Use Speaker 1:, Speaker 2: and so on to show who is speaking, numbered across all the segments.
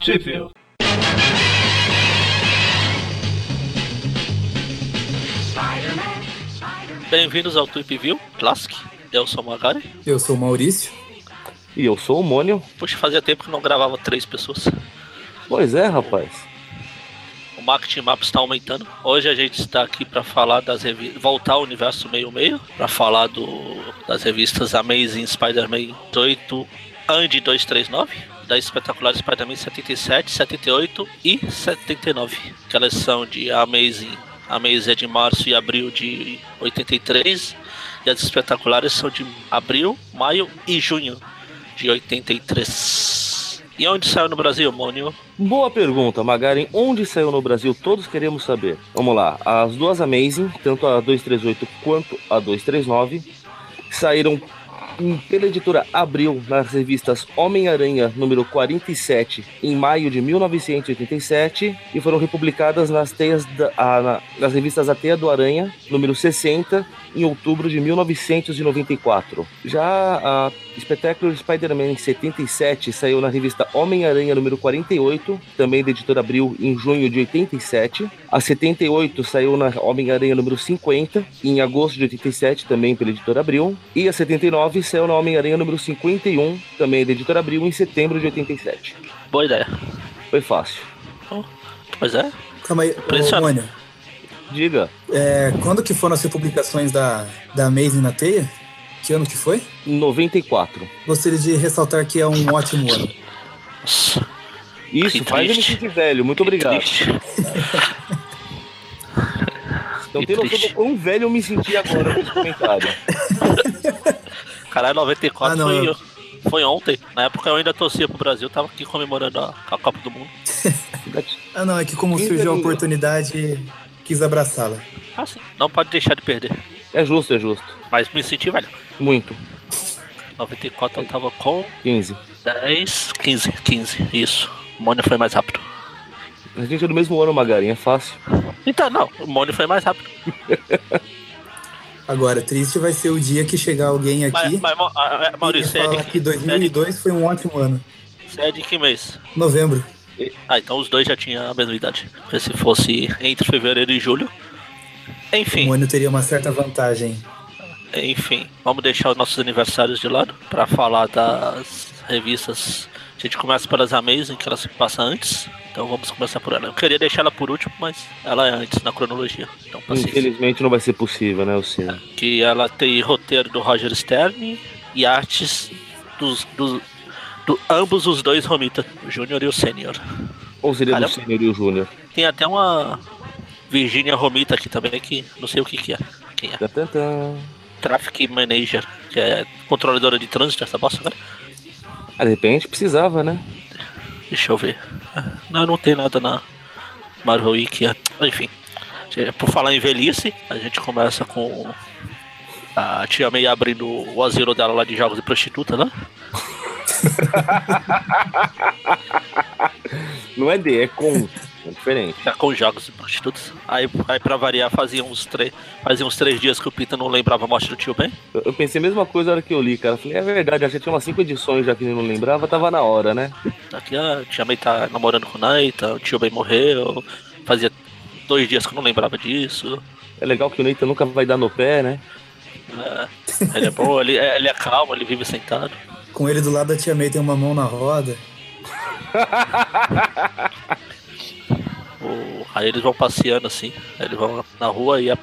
Speaker 1: Sheffield. Bem-vindos ao Tweep View Classic. Eu sou o Magari.
Speaker 2: Eu sou o Maurício.
Speaker 3: E eu sou o Mônio.
Speaker 1: Poxa, fazia tempo que não gravava três pessoas.
Speaker 3: Pois é, rapaz.
Speaker 1: O marketing map está aumentando. Hoje a gente está aqui para falar das revistas. Voltar ao universo meio-meio. Para falar do... das revistas Amazing Spider-Man 8 and 239 da Espetacular Spider-Man 77, 78 e 79. Que elas são de Amazing. Amazing é de março e abril de 83. E as espetaculares são de abril, maio e junho de 83. E onde saiu no Brasil, Mônio?
Speaker 3: Boa pergunta, Magaren. Onde saiu no Brasil? Todos queremos saber. Vamos lá. As duas Amazing, tanto a 238 quanto a 239, saíram pela editora Abril nas revistas Homem-Aranha número 47 em maio de 1987 e foram republicadas nas teias da, a, na, nas revistas A Teia do Aranha número 60 em outubro de 1994. Já a Spectacular Spider-Man 77 saiu na revista Homem-Aranha número 48, também da editora Abril, em junho de 87. A 78 saiu na Homem-Aranha número 50, em agosto de 87, também pela editora Abril. E a 79 saiu na Homem-Aranha número 51, também da editora Abril, em setembro de 87.
Speaker 1: Boa ideia.
Speaker 3: Foi fácil.
Speaker 1: Oh, pois é.
Speaker 2: Calma aí,
Speaker 1: Impressionante.
Speaker 2: Mônio.
Speaker 3: Diga.
Speaker 2: É, quando que foram as republicações da, da Amazing na Teia? Que ano que foi?
Speaker 3: 94.
Speaker 2: Gostaria de ressaltar que é um ótimo ano.
Speaker 3: Isso,
Speaker 1: Que
Speaker 3: faz eu me
Speaker 1: triste.
Speaker 3: sentir velho. Muito obrigado.
Speaker 1: Triste.
Speaker 3: Não
Speaker 1: que
Speaker 3: tem noção
Speaker 1: triste.
Speaker 3: do quão velho eu me senti agora com esse comentário.
Speaker 1: Caralho, 94
Speaker 2: Ah, não,
Speaker 1: foi,
Speaker 2: eu-
Speaker 1: foi ontem. Na época eu ainda torcia pro Brasil, tava aqui comemorando a, a Copa do Mundo.
Speaker 2: Ah, não, é que como
Speaker 3: Quem
Speaker 2: surgiu a
Speaker 3: teria?
Speaker 2: oportunidade, quis abraçá-la.
Speaker 1: Ah, sim. Não pode deixar de perder.
Speaker 3: É justo, é justo.
Speaker 1: Mas me senti velho.
Speaker 3: Muito.
Speaker 1: 94 eu tava com
Speaker 3: 15.
Speaker 1: 10, 15, 15, isso. O Mônio foi mais rápido.
Speaker 3: A gente é do mesmo ano, Magarinha, é fácil.
Speaker 1: Então, não, o Mônio foi mais rápido.
Speaker 2: Agora, triste vai ser o dia que chegar alguém
Speaker 1: Mas,
Speaker 2: aqui
Speaker 1: mas, Ma- ah, ah, Maurício,
Speaker 2: e
Speaker 1: você é,
Speaker 2: falar
Speaker 1: de,
Speaker 2: que
Speaker 1: que- você é de-
Speaker 2: 2002 foi um ótimo ano.
Speaker 1: você é de que mês?
Speaker 2: Novembro.
Speaker 1: Ah, então os dois já tinham a mesma idade. Porque se fosse entre fevereiro e julho.
Speaker 2: O
Speaker 1: Enfim,
Speaker 2: Mônio teria uma certa vantagem.
Speaker 1: enfim, vamos deixar os nossos aniversários de lado para falar das revistas. A gente começa pelas Amazing, que ela se passa antes. Então vamos começar por ela. Eu queria deixar ela por último, mas ela é antes na cronologia. Então paciência.
Speaker 3: Infelizmente não vai ser possível, né, Luciano?
Speaker 1: que ela tem roteiro do Roger Stern e artes dos, dos do, ambos os dois Romita, o Júnior e o Sênior.
Speaker 3: Ou seria
Speaker 1: Cara,
Speaker 3: do Senior e o Júnior?
Speaker 1: Tem até uma Virginia Romita aqui também, que não sei o que, que é. Quem é?
Speaker 3: Tá, tá, tá.
Speaker 1: Traffic Manager, que é controladora de trânsito, essa bosta, né?
Speaker 3: Ah, de repente precisava, né?
Speaker 1: Deixa eu ver. Não, não tem nada na Marvel Wiki. é. Enfim. é, Por falar em velhice, a gente começa com a tia May abrindo o asilo dela lá de jogos de prostituta, né?
Speaker 3: Não é D, é com. É diferente.
Speaker 1: Já com jogos e prostitutas. Aí, aí pra variar, fazia uns, tre- fazia uns três dias que o Pita não lembrava a morte do tio Ben.
Speaker 3: Eu, eu pensei a mesma coisa na hora que eu li, cara. Falei, é verdade, acho que tinha umas cinco edições já que eu não lembrava, tava na hora, né?
Speaker 1: Aqui a tia May tá namorando com o Naita, o tio Ben morreu. Fazia dois dias que eu não lembrava disso.
Speaker 3: É legal que o Neita nunca vai dar no pé, né?
Speaker 1: É, ele é bom, ele, é- ele é calmo, ele vive sentado.
Speaker 2: Com ele do lado da tia May tem uma mão na roda.
Speaker 1: O- Aí eles vão passeando assim, aí eles vão na rua e a-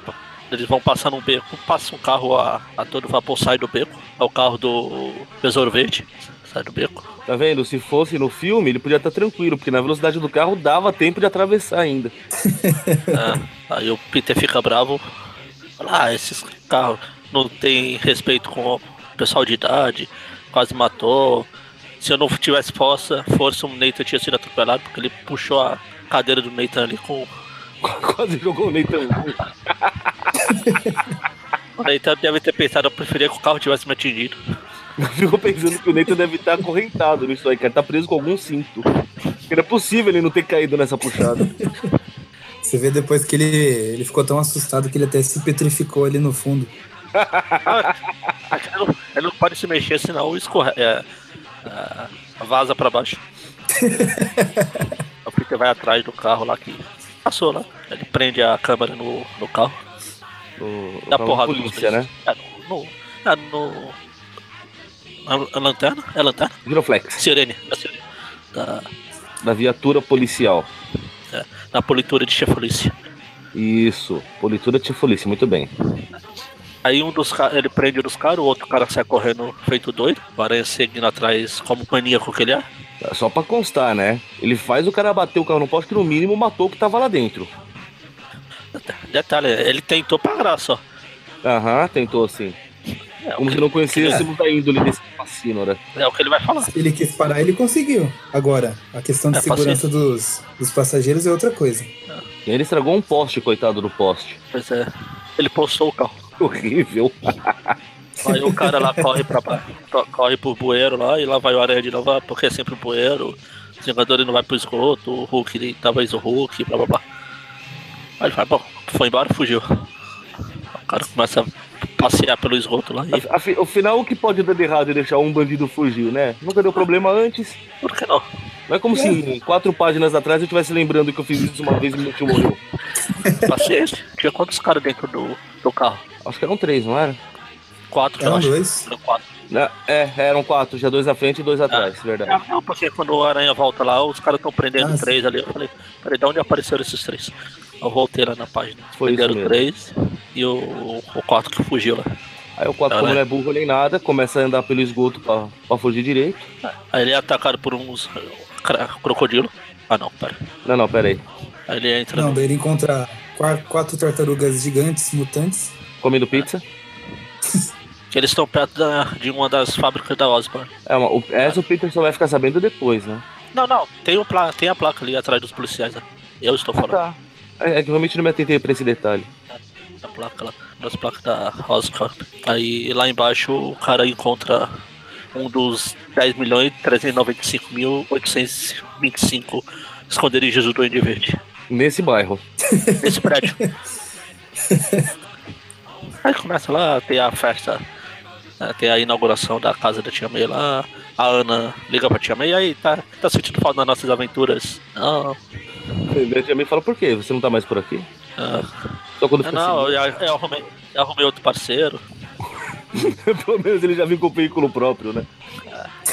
Speaker 1: eles vão passar num beco, passa um carro a, a todo vapor, sai do beco. É o carro do Besouro Verde, sai do beco.
Speaker 3: Tá vendo? Se fosse no filme, ele podia estar tranquilo, porque na velocidade do carro dava tempo de atravessar ainda.
Speaker 1: É, aí o Peter fica bravo. Fala, ah, esses carros não tem respeito com o pessoal de idade, quase matou. Se eu não tivesse força, força o Nathan tinha sido atropelado, porque ele puxou a cadeira do Nathan ali com.
Speaker 3: Quase jogou o Neita um no cu.
Speaker 1: O Nathan deve ter pensado, eu preferia que o carro tivesse me atingido.
Speaker 3: Ficou pensando que o Nathan deve estar acorrentado nisso aí, cara. Tá preso com algum cinto. Era possível ele não ter caído nessa puxada.
Speaker 2: Você vê depois que ele, ele ficou tão assustado que ele até se petrificou ali no fundo.
Speaker 1: Ah, Ele não, ele não pode se mexer, senão escorre, é, é, vaza pra baixo. O Peter vai atrás do carro lá que passou lá. Ele prende a câmera no, no carro.
Speaker 3: No, no
Speaker 1: Dá
Speaker 3: carro da
Speaker 1: porrada nos
Speaker 3: polícia,
Speaker 1: dois.
Speaker 3: né?
Speaker 1: É, no. no, é, no- a, a lanterna? É lanterna?
Speaker 3: Giroflex,
Speaker 1: Sirene. É sirene. Da,
Speaker 3: da viatura policial.
Speaker 1: é, na politura de chefolícia.
Speaker 3: Isso, politura de polícia, muito bem.
Speaker 1: Aí um dos caras, ele prende um dos caras, o outro cara sai correndo feito doido, parece seguindo atrás como maníaco que ele é.
Speaker 3: Só pra constar, né? Ele faz o cara bater o carro no poste que no mínimo matou o que tava lá dentro.
Speaker 1: Detalhe, ele tentou parar só.
Speaker 3: Aham, tentou assim.
Speaker 1: É, o
Speaker 3: Como se
Speaker 1: que,
Speaker 3: não conhecêssemos a índole desse assassino, né?
Speaker 1: é o que ele vai falar.
Speaker 2: Se ele quis parar, ele conseguiu. Agora, a questão de
Speaker 1: É,
Speaker 2: segurança dos, dos passageiros é outra coisa.
Speaker 3: E ele estragou um poste, coitado do poste.
Speaker 1: Pois é, ele postou o carro.
Speaker 3: Horrível.
Speaker 1: Aí o cara lá corre pra baixo, to- corre pro bueiro lá e lá vai o Aranha de novo, ah, porque é sempre o bueiro, o Vingador não vai pro esgoto, o Hulk, ele, talvez o Hulk, blá blá blá. Aí ele fala, bom, foi embora, fugiu. O cara começa a passear pelo esgoto lá e
Speaker 3: Af- af- Afinal, o que pode dar de errado e deixar um bandido fugir, né? Nunca deu problema antes.
Speaker 1: por que não?
Speaker 3: Não é como se em quatro páginas atrás eu tivesse lembrando que eu fiz isso uma vez e meu tio morreu.
Speaker 1: Paciência. Tinha quantos caras dentro do, do carro?
Speaker 3: Acho que eram três, não era?
Speaker 1: Quatro, eu
Speaker 2: Eram
Speaker 1: acho.
Speaker 2: dois.
Speaker 1: Eram quatro.
Speaker 3: Né? É, eram quatro, já dois à frente e dois
Speaker 1: Ah.
Speaker 3: atrás, verdade.
Speaker 1: Não, porque é um quando o Aranha volta lá, os caras estão prendendo
Speaker 3: Ah,
Speaker 2: Nossa.
Speaker 1: três ali. Eu falei, peraí, de onde apareceram esses três? Eu voltei lá na página.
Speaker 3: Foi isso
Speaker 1: Prenderam
Speaker 3: mesmo.
Speaker 1: três e o, o quarto que fugiu lá.
Speaker 3: Aí o quatro,
Speaker 1: Não,
Speaker 3: como
Speaker 1: né?
Speaker 3: não é burro nem nada, começa a andar pelo esgoto pra, pra fugir direito.
Speaker 1: Aí ele é atacado por uns cra- crocodilo. Ah não, pera.
Speaker 3: Não, não, pera aí.
Speaker 1: Aí ele entra
Speaker 2: Não,
Speaker 1: no-
Speaker 2: daí ele encontra qua- quatro tartarugas gigantes, mutantes.
Speaker 3: Comendo pizza.
Speaker 1: que eles estão perto da- de uma das fábricas da Osborne.
Speaker 3: É uma, o, essa o Peter só vai ficar sabendo depois, né?
Speaker 1: Não, não, tem, o pla- tem a placa ali atrás dos policiais. né? Eu estou
Speaker 3: Ah,
Speaker 1: falando
Speaker 3: tá. É, é que realmente não me atentei pra esse detalhe.
Speaker 1: da placa lá, das placas da Oscorp. Aí lá embaixo o cara encontra um dos 10.395.825 esconderijos do Duende Verde.
Speaker 3: Nesse bairro.
Speaker 1: Nesse prédio. Aí começa lá, tem a festa, né, tem a inauguração da casa da Tia May lá. A Ana liga pra Tia May, aí tá, tá sentindo falta das nossas aventuras. Não,
Speaker 3: Ele já me fala por quê? Você não tá mais por aqui?
Speaker 1: ah,
Speaker 3: Só quando fica
Speaker 1: não,
Speaker 3: assim.
Speaker 1: eu, eu arrumei, eu arrumei outro parceiro.
Speaker 3: Pelo menos ele já vem com o veículo próprio, né?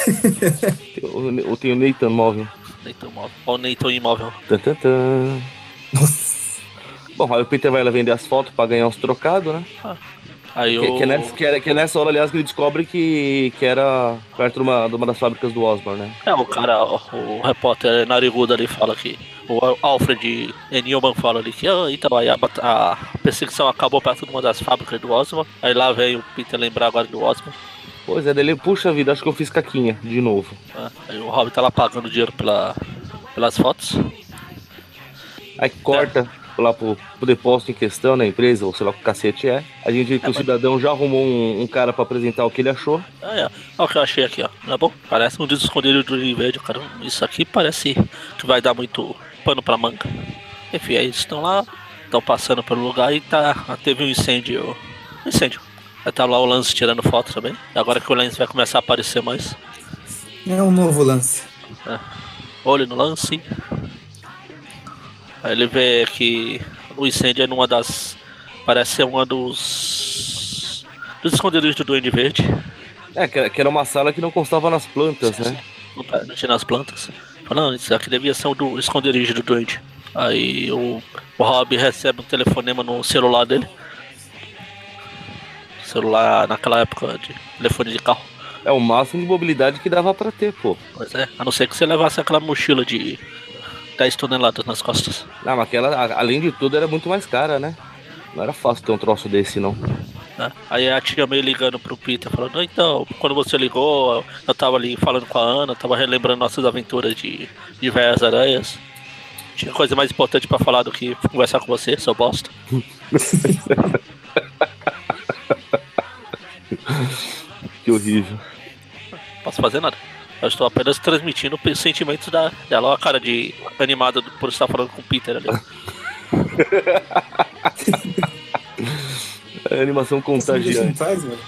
Speaker 3: Tem o- Eu tenho o Nathan móvel.
Speaker 1: Neitão imóvel. Ó, o Neitão imóvel.
Speaker 3: Tan, tan, tan.
Speaker 2: Nossa.
Speaker 3: Bom, aí o Peter vai lá vender as fotos pra ganhar uns trocados, né?
Speaker 1: Ah. Aí
Speaker 3: Que,
Speaker 1: o-
Speaker 3: que é nessa, que, é- que é nessa hora, aliás, que ele descobre que, que era perto de uma, de uma das fábricas do Osborne, né?
Speaker 1: É, o cara, o, o repórter narigudo ali fala que. O Al- Alfred Newman fala ali que "Ah, então aí a, bat- a perseguição acabou perto de uma das fábricas do Osman. Aí lá vem o Peter lembrar agora do Osman.
Speaker 3: Pois é, dele, puxa vida, acho que eu fiz caquinha de novo.
Speaker 1: né? Aí o Robin tá lá pagando dinheiro pela, pelas fotos.
Speaker 3: Aí corta lá pro, pro depósito em questão, na empresa, ou sei lá o que cacete é. A gente vê que o cidadão já arrumou um, um cara pra apresentar o que ele achou.
Speaker 1: Aí, ó, olha o que eu achei aqui, ó. Não é bom? Parece um desescondido do Invade, cara. Isso aqui parece que vai dar muito pano pra manga. Enfim, aí eles estão lá, estão passando pelo lugar e tá. Teve um incêndio. Um incêndio. Aí tá lá o Lance tirando foto também. E Agora que o Lance vai começar a aparecer mais. É.
Speaker 2: É um novo lance.
Speaker 1: Olho no Lance. Aí ele vê que o incêndio é numa das. Parece ser uma dos. Dos escondidos do Duende Verde.
Speaker 3: É, que, que era uma sala que não constava nas plantas, né?
Speaker 1: Não tá- não tinha nas plantas. Falando, isso aqui devia ser o do esconderijo do doente. Aí o, o Rob recebe um telefonema no celular dele. Celular naquela época de telefone de carro.
Speaker 3: É o máximo de mobilidade que dava pra ter, pô.
Speaker 1: Pois é, a não ser que você levasse aquela mochila de 10 toneladas nas costas.
Speaker 3: Não, Ah, mas aquela, a- além de tudo, era muito mais cara, né? Não era fácil ter um troço desse, não.
Speaker 1: né? Aí a tia meio ligando pro Peter, falando, "Ah, então, quando você ligou, eu tava ali falando com a Ana, tava relembrando nossas aventuras de, de velhas aranhas. Tinha coisa mais importante pra falar do que conversar com você, seu bosta.
Speaker 3: É um Que horrível.
Speaker 1: posso fazer nada. Eu estou apenas transmitindo os sentimentos da, dela. Olha a cara de animada do- por estar falando com o Peter ali. Tá
Speaker 3: É animação
Speaker 2: Você me deixa em
Speaker 3: contagiante.
Speaker 2: paz, mano.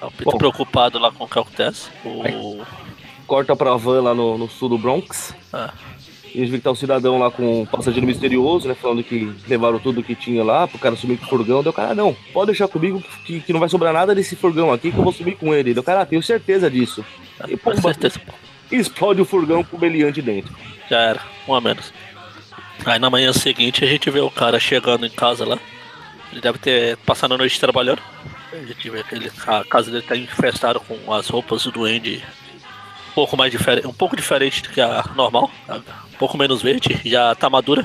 Speaker 1: O Peter
Speaker 3: Bom.
Speaker 1: preocupado lá com o que acontece. O,
Speaker 3: corta pra van lá no, no sul do Bronx.
Speaker 1: Ah.
Speaker 3: E a gente vê que tá o cidadão lá com um passageiro misterioso, né? Falando que levaram tudo que tinha lá, pro cara sumir com o furgão. Daí o cara, "Ah, não, pode deixar comigo que, que não vai sobrar nada desse furgão aqui que eu vou sumir com ele. Daí o cara, ah, tenho certeza disso.
Speaker 1: ah,
Speaker 3: E um
Speaker 1: Com
Speaker 3: pumba,
Speaker 1: certeza.
Speaker 3: explode o furgão com o meliante dentro.
Speaker 1: Já era, um a menos. Aí na manhã seguinte a gente vê o cara chegando em casa lá. Ele deve ter passado a noite trabalhando. A gente vê que ele- a casa dele tá infestada com as roupas do duende. Um pouco mais diferente, um pouco diferente do que a normal. tá? Um pouco menos verde, já tá madura.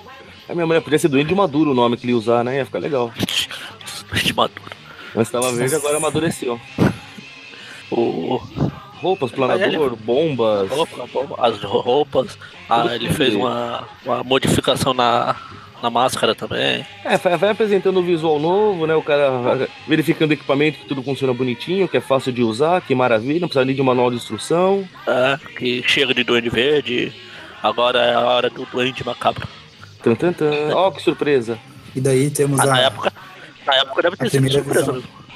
Speaker 3: A minha mulher podia ser doente de maduro o nome que ele ia usar, né? Ia ficar legal.
Speaker 1: De madura.
Speaker 3: Mas tava verde, agora amadureceu.
Speaker 1: O,
Speaker 3: Roupas,
Speaker 1: é
Speaker 3: planador, bombas.
Speaker 1: roupa- as roupas. Ah, ele fez uma, uma modificação na, na máscara também.
Speaker 3: É, vai vai apresentando um visual novo, né? O cara vai verificando o equipamento, que tudo funciona bonitinho, que é fácil de usar, que maravilha, não precisa nem de um manual de instrução.
Speaker 1: É, que chega de Duende Verde, agora é a hora do Duende Macabro.
Speaker 3: Tan, tan, tan. Ó, que surpresa.
Speaker 2: E daí temos
Speaker 1: Ah, na
Speaker 2: a.
Speaker 1: época, na época deve ter
Speaker 2: a
Speaker 1: sido
Speaker 2: primeira
Speaker 1: surpresa
Speaker 2: visão.
Speaker 1: mesmo.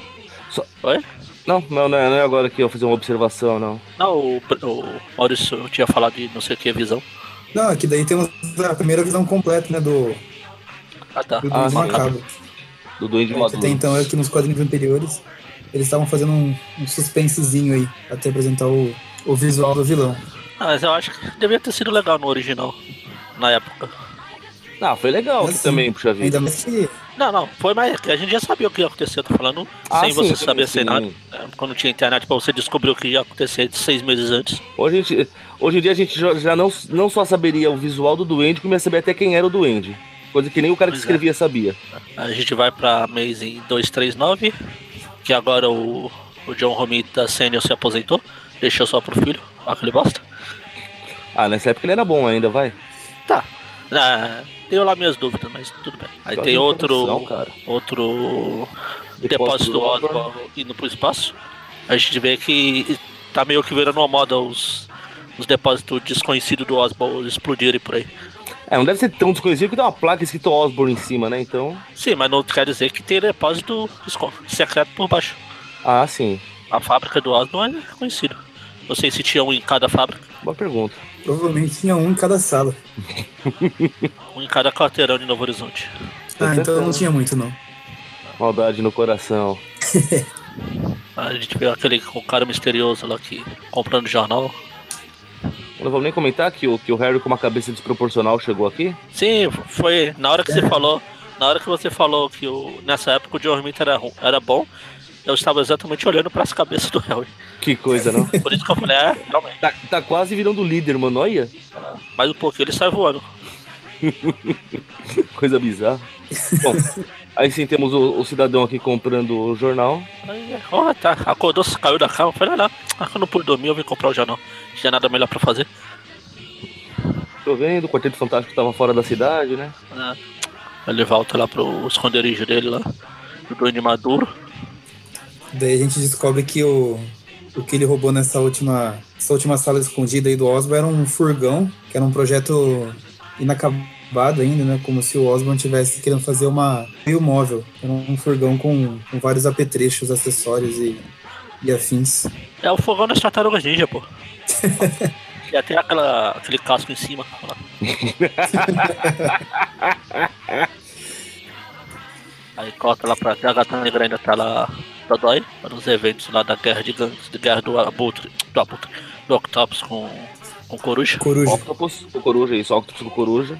Speaker 3: Só-
Speaker 1: Oi?
Speaker 3: Não, não, não é, não é agora que eu vou fazer uma observação, não.
Speaker 1: Não, o, o Maurício tinha falado de não sei o que visão.
Speaker 2: Não, é que daí temos a primeira visão completa, né? Do,
Speaker 1: Ah tá.
Speaker 2: do
Speaker 3: Ah,
Speaker 2: Duende
Speaker 3: sim.
Speaker 2: Macabro.
Speaker 3: Do Duende
Speaker 2: Que até
Speaker 3: Maduro.
Speaker 2: então é que nos quadrinhos anteriores eles estavam fazendo um, um suspensezinho aí até apresentar o, o visual do vilão.
Speaker 1: Ah, mas eu acho que devia ter sido legal no original, na época.
Speaker 3: Ah, foi legal
Speaker 2: Mas
Speaker 3: aqui
Speaker 2: sim,
Speaker 3: também, puxa vida.
Speaker 2: Ainda mais que
Speaker 1: Não, não, foi mais. A gente já sabia o que ia acontecer, eu tô falando,
Speaker 3: Ah,
Speaker 1: sem
Speaker 3: sim,
Speaker 1: você
Speaker 3: sim,
Speaker 1: saber
Speaker 3: sim.
Speaker 1: sem nada. É, Quando tinha internet pra você descobrir o que ia acontecer seis meses antes.
Speaker 3: Hoje, a gente- hoje em dia a gente já, já não, não só saberia o visual do Duende, como ia saber até quem era o Duende. Coisa que nem o cara que
Speaker 1: Pois é.
Speaker 3: escrevia sabia.
Speaker 1: A gente vai pra Amazing 239, que agora o, o John Romita Senior se aposentou, deixou só pro filho, aquele bosta.
Speaker 3: Ah, nessa época ele era bom ainda, vai.
Speaker 1: Tá. Ah, tenho lá minhas dúvidas, mas tudo bem. Aí
Speaker 3: Só de
Speaker 1: tem outro.
Speaker 3: informação, cara.
Speaker 1: Outro
Speaker 3: Depósito
Speaker 1: depósito do
Speaker 3: do Osborn.
Speaker 1: Osborn indo pro espaço. A gente vê que tá meio que virando uma moda os, os depósitos desconhecidos do Osborn explodirem por aí.
Speaker 3: É, não deve ser tão desconhecido que dá uma placa escrito Osborne em cima, né? Então.
Speaker 1: Sim, mas não quer dizer que tem depósito esco- secreto por baixo.
Speaker 3: Ah, sim.
Speaker 1: A fábrica do Osborn é conhecida. Não sei se tinha um em cada fábrica,
Speaker 3: Boa pergunta.
Speaker 2: provavelmente tinha um em cada sala.
Speaker 1: um em cada quarteirão de Novo Horizonte.
Speaker 3: Tá
Speaker 2: Ah, então não tinha muito, não.
Speaker 3: Maldade no coração.
Speaker 1: A gente vê aquele o cara misterioso lá que comprando jornal.
Speaker 3: Eu não vou nem comentar que o, que o Harry com uma cabeça desproporcional chegou aqui.
Speaker 1: Sim, foi na hora que você falou, na hora que você falou que o, nessa época o John Romita era, ru- era bom, eu estava exatamente olhando para as cabeças do Harry.
Speaker 3: Que coisa, não?
Speaker 1: Por isso que eu falei, é, realmente,
Speaker 3: tá, tá quase virando líder, mano. Olha.
Speaker 1: mais um pouquinho ele sai voando.
Speaker 3: Coisa bizarra. Bom, aí sim temos o, o cidadão aqui comprando o jornal.
Speaker 1: Aí, ó, tá, acordou, caiu da cama, falei, olha lá, eu não pude dormir, eu vim comprar o jornal. Não tinha nada melhor para fazer.
Speaker 3: Tô vendo, o Quarteto Fantástico tava fora da cidade, né?
Speaker 1: né? Ele volta lá pro esconderijo dele lá, do Duende Maduro.
Speaker 2: Daí a gente descobre que o, o que ele roubou nessa última, essa última sala escondida aí do Osborn era um furgão, que era um projeto inacabado ainda, né? Como se o Osborn tivesse querendo fazer uma meio móvel. Era um furgão com, com vários apetrechos, acessórios e, e afins.
Speaker 1: É o fogão das tartarugas ninja, pô. e até aquela, aquele casco em cima. lá. Aí corta lá pra a gata negra ainda tá lá Dodói, para os eventos lá da guerra de gangues, de guerra do Abutre, do Abutre, do Octopus com, com Coruja.
Speaker 2: Coruja.
Speaker 3: Octopus, o coruja, isso, Octopus com o coruja.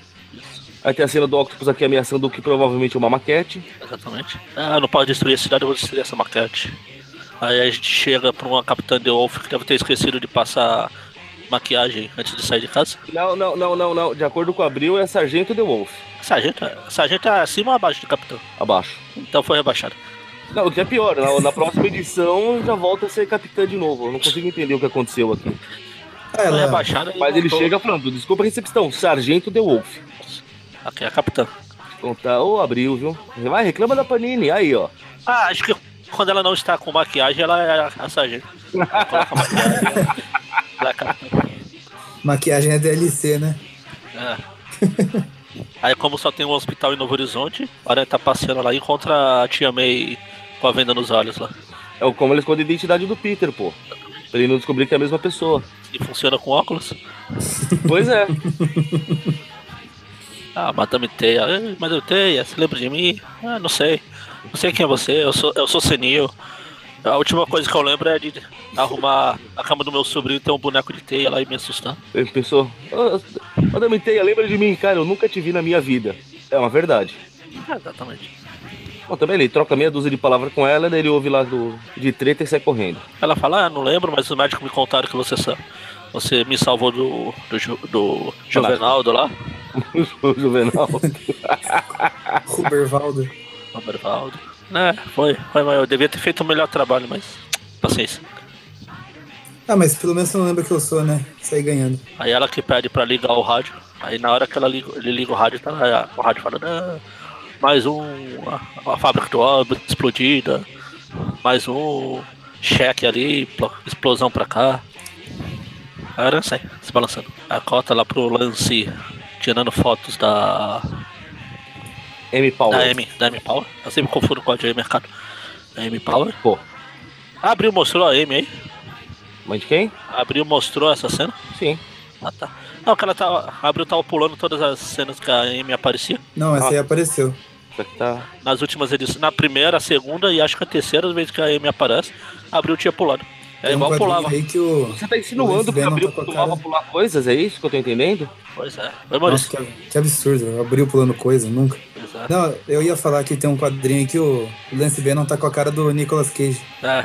Speaker 3: Aí tem a cena do Octopus aqui ameaçando o que provavelmente é uma maquete.
Speaker 1: Exatamente. Ah, não pode destruir a cidade, eu vou destruir essa maquete. Aí a gente chega pra uma capitã de Wolf que deve ter esquecido de passar maquiagem antes de sair de casa.
Speaker 3: Não, não, não, não, não. De acordo com o Abril, é Sargento The Wolf.
Speaker 1: Sargento, sargento é acima ou abaixo do capitão?
Speaker 3: Abaixo.
Speaker 1: Então foi rebaixado.
Speaker 3: Não, o que é pior, na, na próxima edição já volta a ser capitã de novo. Eu não consigo entender o que aconteceu aqui. Então-
Speaker 2: Ah,
Speaker 1: Foi
Speaker 3: é
Speaker 2: ela,
Speaker 1: rebaixado e
Speaker 3: Mas ele
Speaker 1: voltou.
Speaker 3: chega falando, desculpa a recepção, Sargento The Wolf.
Speaker 1: Aqui é a capitã.
Speaker 3: Então tá, ô abril, viu? Vai, reclama da Panini, aí, ó.
Speaker 1: Ah, acho que quando ela não está com maquiagem, ela é a, a sargento. Ela coloca maquiagem. ela é a capitã.
Speaker 2: maquiagem é DLC, né?
Speaker 1: É. Aí como só tem um hospital em Novo Horizonte, a Aranha tá passeando lá e encontra a tia May com a venda nos olhos lá.
Speaker 3: É o- como ele esconde a identidade do Peter, pô. Pra ele não descobrir que é a mesma pessoa.
Speaker 1: E funciona com óculos?
Speaker 3: Pois é.
Speaker 1: Ah, mas também teia. Ei, Mas eu teia, se lembra de mim? Ah, não sei. Não sei quem é você, eu sou, eu sou senil. A última coisa que eu lembro é de arrumar a cama do meu sobrinho e ter um boneco de teia lá e me assustar.
Speaker 3: Ele pensou, ô Madame Teia, lembra de mim, cara, eu nunca te vi na minha vida. É uma verdade.
Speaker 1: Ah, exatamente.
Speaker 3: Bom, também ele troca meia dúzia de palavras com ela, daí ele ouve lá do, de treta e sai correndo.
Speaker 1: Ela fala, ah, não lembro, mas os médicos me contaram que você sa- Você me salvou do, do, Ju- do Juvenaldo lá,
Speaker 3: o Juvenal.
Speaker 2: Rubervaldo.
Speaker 1: Robervaldo. Né, foi, foi, mas eu devia ter feito um melhor trabalho, mas paciência.
Speaker 2: Ah, mas pelo menos você não lembra que eu sou, né? Saí ganhando.
Speaker 1: Aí ela que pede pra ligar o rádio. Aí na hora que ela liga, ele liga o rádio, tá lá, o rádio falando, "Ah, mais um, a, a fábrica do óbvio explodida, mais um cheque ali, plo- explosão pra cá. Aí ela sai, se balançando. A cota lá pro lance, tirando fotos da,
Speaker 3: M. Paulo.
Speaker 1: da, M, da M Power. Eu sempre confundo com a de mercado. Da M Power.
Speaker 3: Pô,
Speaker 1: Abriu, mostrou a M aí.
Speaker 3: mas de quem?
Speaker 1: Abriu, mostrou essa cena.
Speaker 3: Sim.
Speaker 1: Ah tá. Não, que ela tá. Abriu tava pulando todas as cenas que a M aparecia.
Speaker 2: Não, essa
Speaker 3: Ah.
Speaker 2: aí apareceu.
Speaker 3: Isso aqui tá...
Speaker 1: nas últimas edições, na primeira, a segunda e acho que a terceira vez que a Amy aparece, abriu tinha pulado. É
Speaker 2: Tem um
Speaker 1: igual
Speaker 2: quadrinho
Speaker 1: pulava.
Speaker 2: Aí que o...
Speaker 3: Você tá insinuando que
Speaker 2: Venom tá
Speaker 3: abriu
Speaker 2: com a
Speaker 3: costumava
Speaker 2: cara-
Speaker 3: pular coisas, é isso que eu tô entendendo?
Speaker 1: Pois é. Oi,
Speaker 2: Nossa,
Speaker 1: Maurício.
Speaker 2: que, que absurdo. Abriu pulando coisa, nunca.
Speaker 1: Pois é.
Speaker 2: Não, eu ia falar que tem um quadrinho aí que o Lance Bannon tá com a cara do Nicolas Cage.
Speaker 1: É.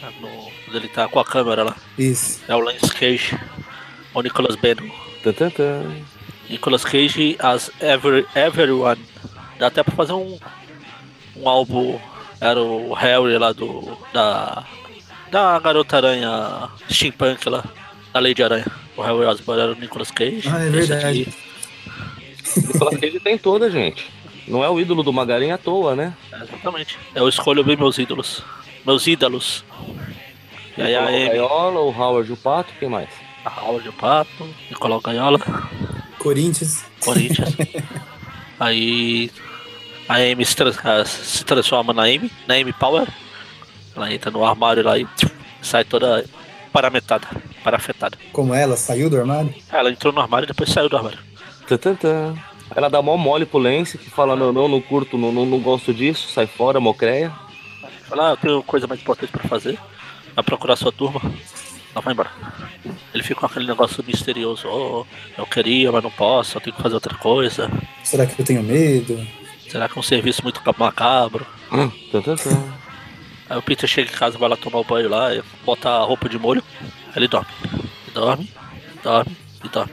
Speaker 1: Tá no- Quando ele tá com a câmera lá.
Speaker 2: Isso.
Speaker 1: É o Lance Cage. O Nicolas Bannon.
Speaker 3: Tan, tan, tan.
Speaker 1: Nicolas Cage as every, Everyone. Dá até pra fazer um, um álbum. Era o Harry lá do. Da. Da Garota Aranha Steampunk lá. Da Lady Aranha. O Harry Osborn era o Nicolas Cage.
Speaker 2: Ah, é
Speaker 1: Esse
Speaker 2: verdade.
Speaker 1: aqui-
Speaker 3: Nicolas Cage tem toda, gente. Não é o ídolo do Magarin à toa, né?
Speaker 1: É, Exatamente. Eu escolho bem meus ídolos. Meus ídolos. E aí a
Speaker 3: o
Speaker 1: Amy,
Speaker 3: Gaiola, o Howard, o Pato, quem mais?
Speaker 1: a Raul de Pato, Nicolau Gaiola,
Speaker 2: Corinthians.
Speaker 1: Corinthians. aí a Amy se, trans- ah, se transforma na Amy, na Amy Power. Ela entra no armário lá e tchum, sai toda parametada, parafetada.
Speaker 2: Como ela saiu do armário?
Speaker 1: Ela entrou no armário e depois saiu do armário.
Speaker 3: Tan, tan, tan. Ela dá mó mole pro Lance, que fala, não, não, não curto, não, não, não gosto disso, sai fora, mocreia.
Speaker 1: Fala, ah, eu tenho coisa mais importante pra fazer. Vai procurar sua turma. Ela vai embora. Ele fica com aquele negócio misterioso. Oh, eu queria, mas não posso, eu tenho que fazer outra coisa.
Speaker 2: Será que eu tenho medo?
Speaker 1: Será que é um serviço muito ca- macabro?
Speaker 3: Tan, tan, tan.
Speaker 1: Aí o Peter chega em casa, vai lá tomar o banho lá, e bota a roupa de molho, aí ele dorme. E dorme, dorme e dorme.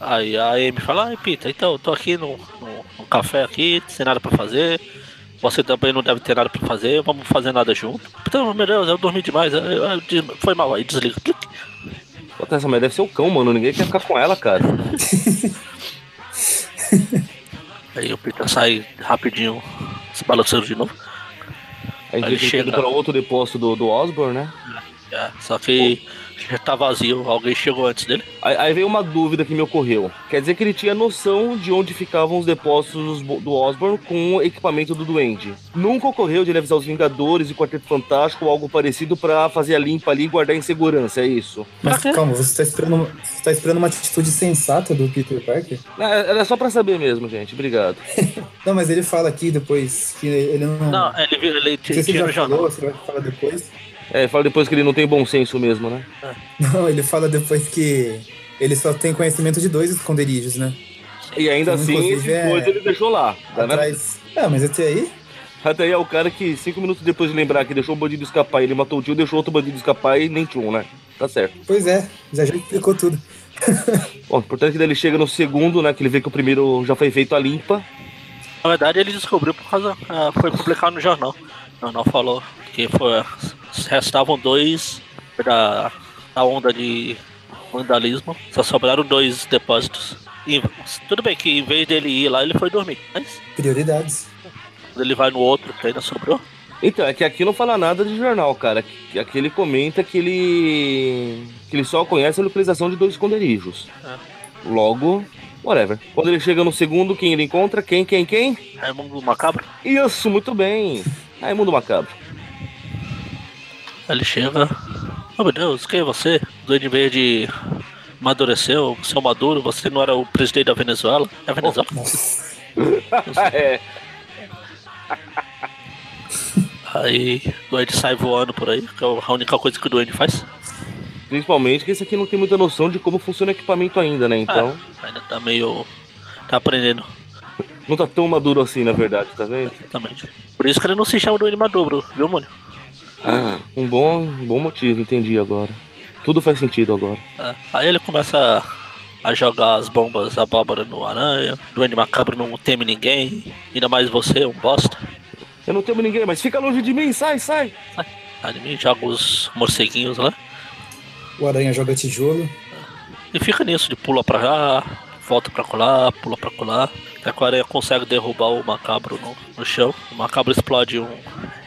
Speaker 1: Aí a Amy fala, ai Peter, então eu tô aqui no, no, no café aqui, sem nada pra fazer. Você também não deve ter nada pra fazer, vamos fazer nada junto. Então, meu Deus, eu dormi demais, eu- eu- des- foi mal, aí desliga. Clic.
Speaker 3: Bota essa mulher, deve ser o cão, mano. Ninguém quer ficar com ela, cara.
Speaker 1: Aí o Peter sai rapidinho, se balançando de novo.
Speaker 3: A
Speaker 1: Aí
Speaker 3: gente tem que
Speaker 1: chega.
Speaker 3: ir pra outro depósito do, do Osborne, né?
Speaker 1: É, só que já tá vazio, alguém chegou antes dele.
Speaker 3: Aí, aí veio uma dúvida que me ocorreu. Quer dizer que ele tinha noção de onde ficavam os depósitos bo- do Osborne com o equipamento do Duende. Nunca ocorreu de ele avisar os Vingadores e Quarteto Fantástico ou algo parecido pra fazer a limpa ali e guardar em segurança, é isso?
Speaker 2: Mas
Speaker 1: quê?
Speaker 2: calma, você tá esperando, você tá esperando uma atitude sensata do Peter Parker?
Speaker 3: Não, É, Era só pra saber mesmo, gente. Obrigado.
Speaker 2: Não, mas ele fala aqui depois que ele não.
Speaker 1: Não, ele, vira- ele
Speaker 2: Ah. não sei se ele
Speaker 1: tira
Speaker 2: já
Speaker 1: o jornal.
Speaker 2: falou, se vai falar depois.
Speaker 3: É, fala depois que ele não tem bom senso mesmo, né?
Speaker 2: Não, ele fala depois que ele só tem conhecimento de dois esconderijos, né?
Speaker 3: E ainda assim,
Speaker 2: Inclusive,
Speaker 3: esses
Speaker 2: é-
Speaker 3: dois ele deixou lá. Tá vendo?
Speaker 2: Atrás. Ah, mas até aí.
Speaker 3: Até aí é o cara que cinco minutos depois de lembrar que deixou o bandido escapar, ele matou o tio, deixou outro bandido escapar e nem tinha um, né? Tá certo.
Speaker 2: Pois é, já já explicou tudo.
Speaker 3: Bom, portanto que daí ele chega no segundo, né? Que ele vê que o primeiro já foi feito a limpa.
Speaker 1: Na verdade, ele descobriu por causa. ah, foi publicado no jornal. O jornal falou que foi, restavam dois da, da onda de vandalismo. Só sobraram dois depósitos. E tudo bem que em vez dele ir lá, ele foi dormir. Mas
Speaker 2: Prioridades.
Speaker 1: quando ele vai no outro, que ainda sobrou.
Speaker 3: Então, é que aqui não fala nada de jornal, cara. Aqui aqui ele comenta que ele. que ele só conhece a localização de dois esconderijos.
Speaker 1: Ah.
Speaker 3: Logo, whatever. Quando ele chega no segundo, quem ele encontra? Quem, quem, quem?
Speaker 1: Raimundo é um Macabro,
Speaker 3: Isso, muito bem. Aí, mundo macabro.
Speaker 1: ele chega, Oh meu Deus, quem é você? Duende Verde amadureceu, seu Maduro, você não era o presidente da Venezuela? É a Venezuela?
Speaker 3: é.
Speaker 1: Aí o Duende sai voando por aí, que é a única coisa que o Duende faz.
Speaker 3: Principalmente que esse aqui não tem muita noção de como funciona o equipamento ainda, né? Então,
Speaker 1: Ah, ainda tá meio. tá aprendendo,
Speaker 3: não tá tão maduro assim, na verdade, tá vendo?
Speaker 1: exatamente. Por isso que ele não se chama Duende Maduro, viu, Mônio?
Speaker 3: Um bom, um bom motivo, entendi agora. Tudo faz sentido agora.
Speaker 1: É. Aí ele começa a jogar as bombas abóbora no aranha, Duende Macabro não teme ninguém, ainda mais você, um bosta.
Speaker 3: Eu não temo ninguém, mas fica longe de mim, sai, sai!
Speaker 1: Aí de mim joga os morceguinhos lá.
Speaker 2: O Aranha joga tijolo.
Speaker 1: E fica nisso, de pula pra lá, volta pra colar, pula pra colar. Até que o aranha consegue derrubar o macabro no, no chão. O macabro explode um.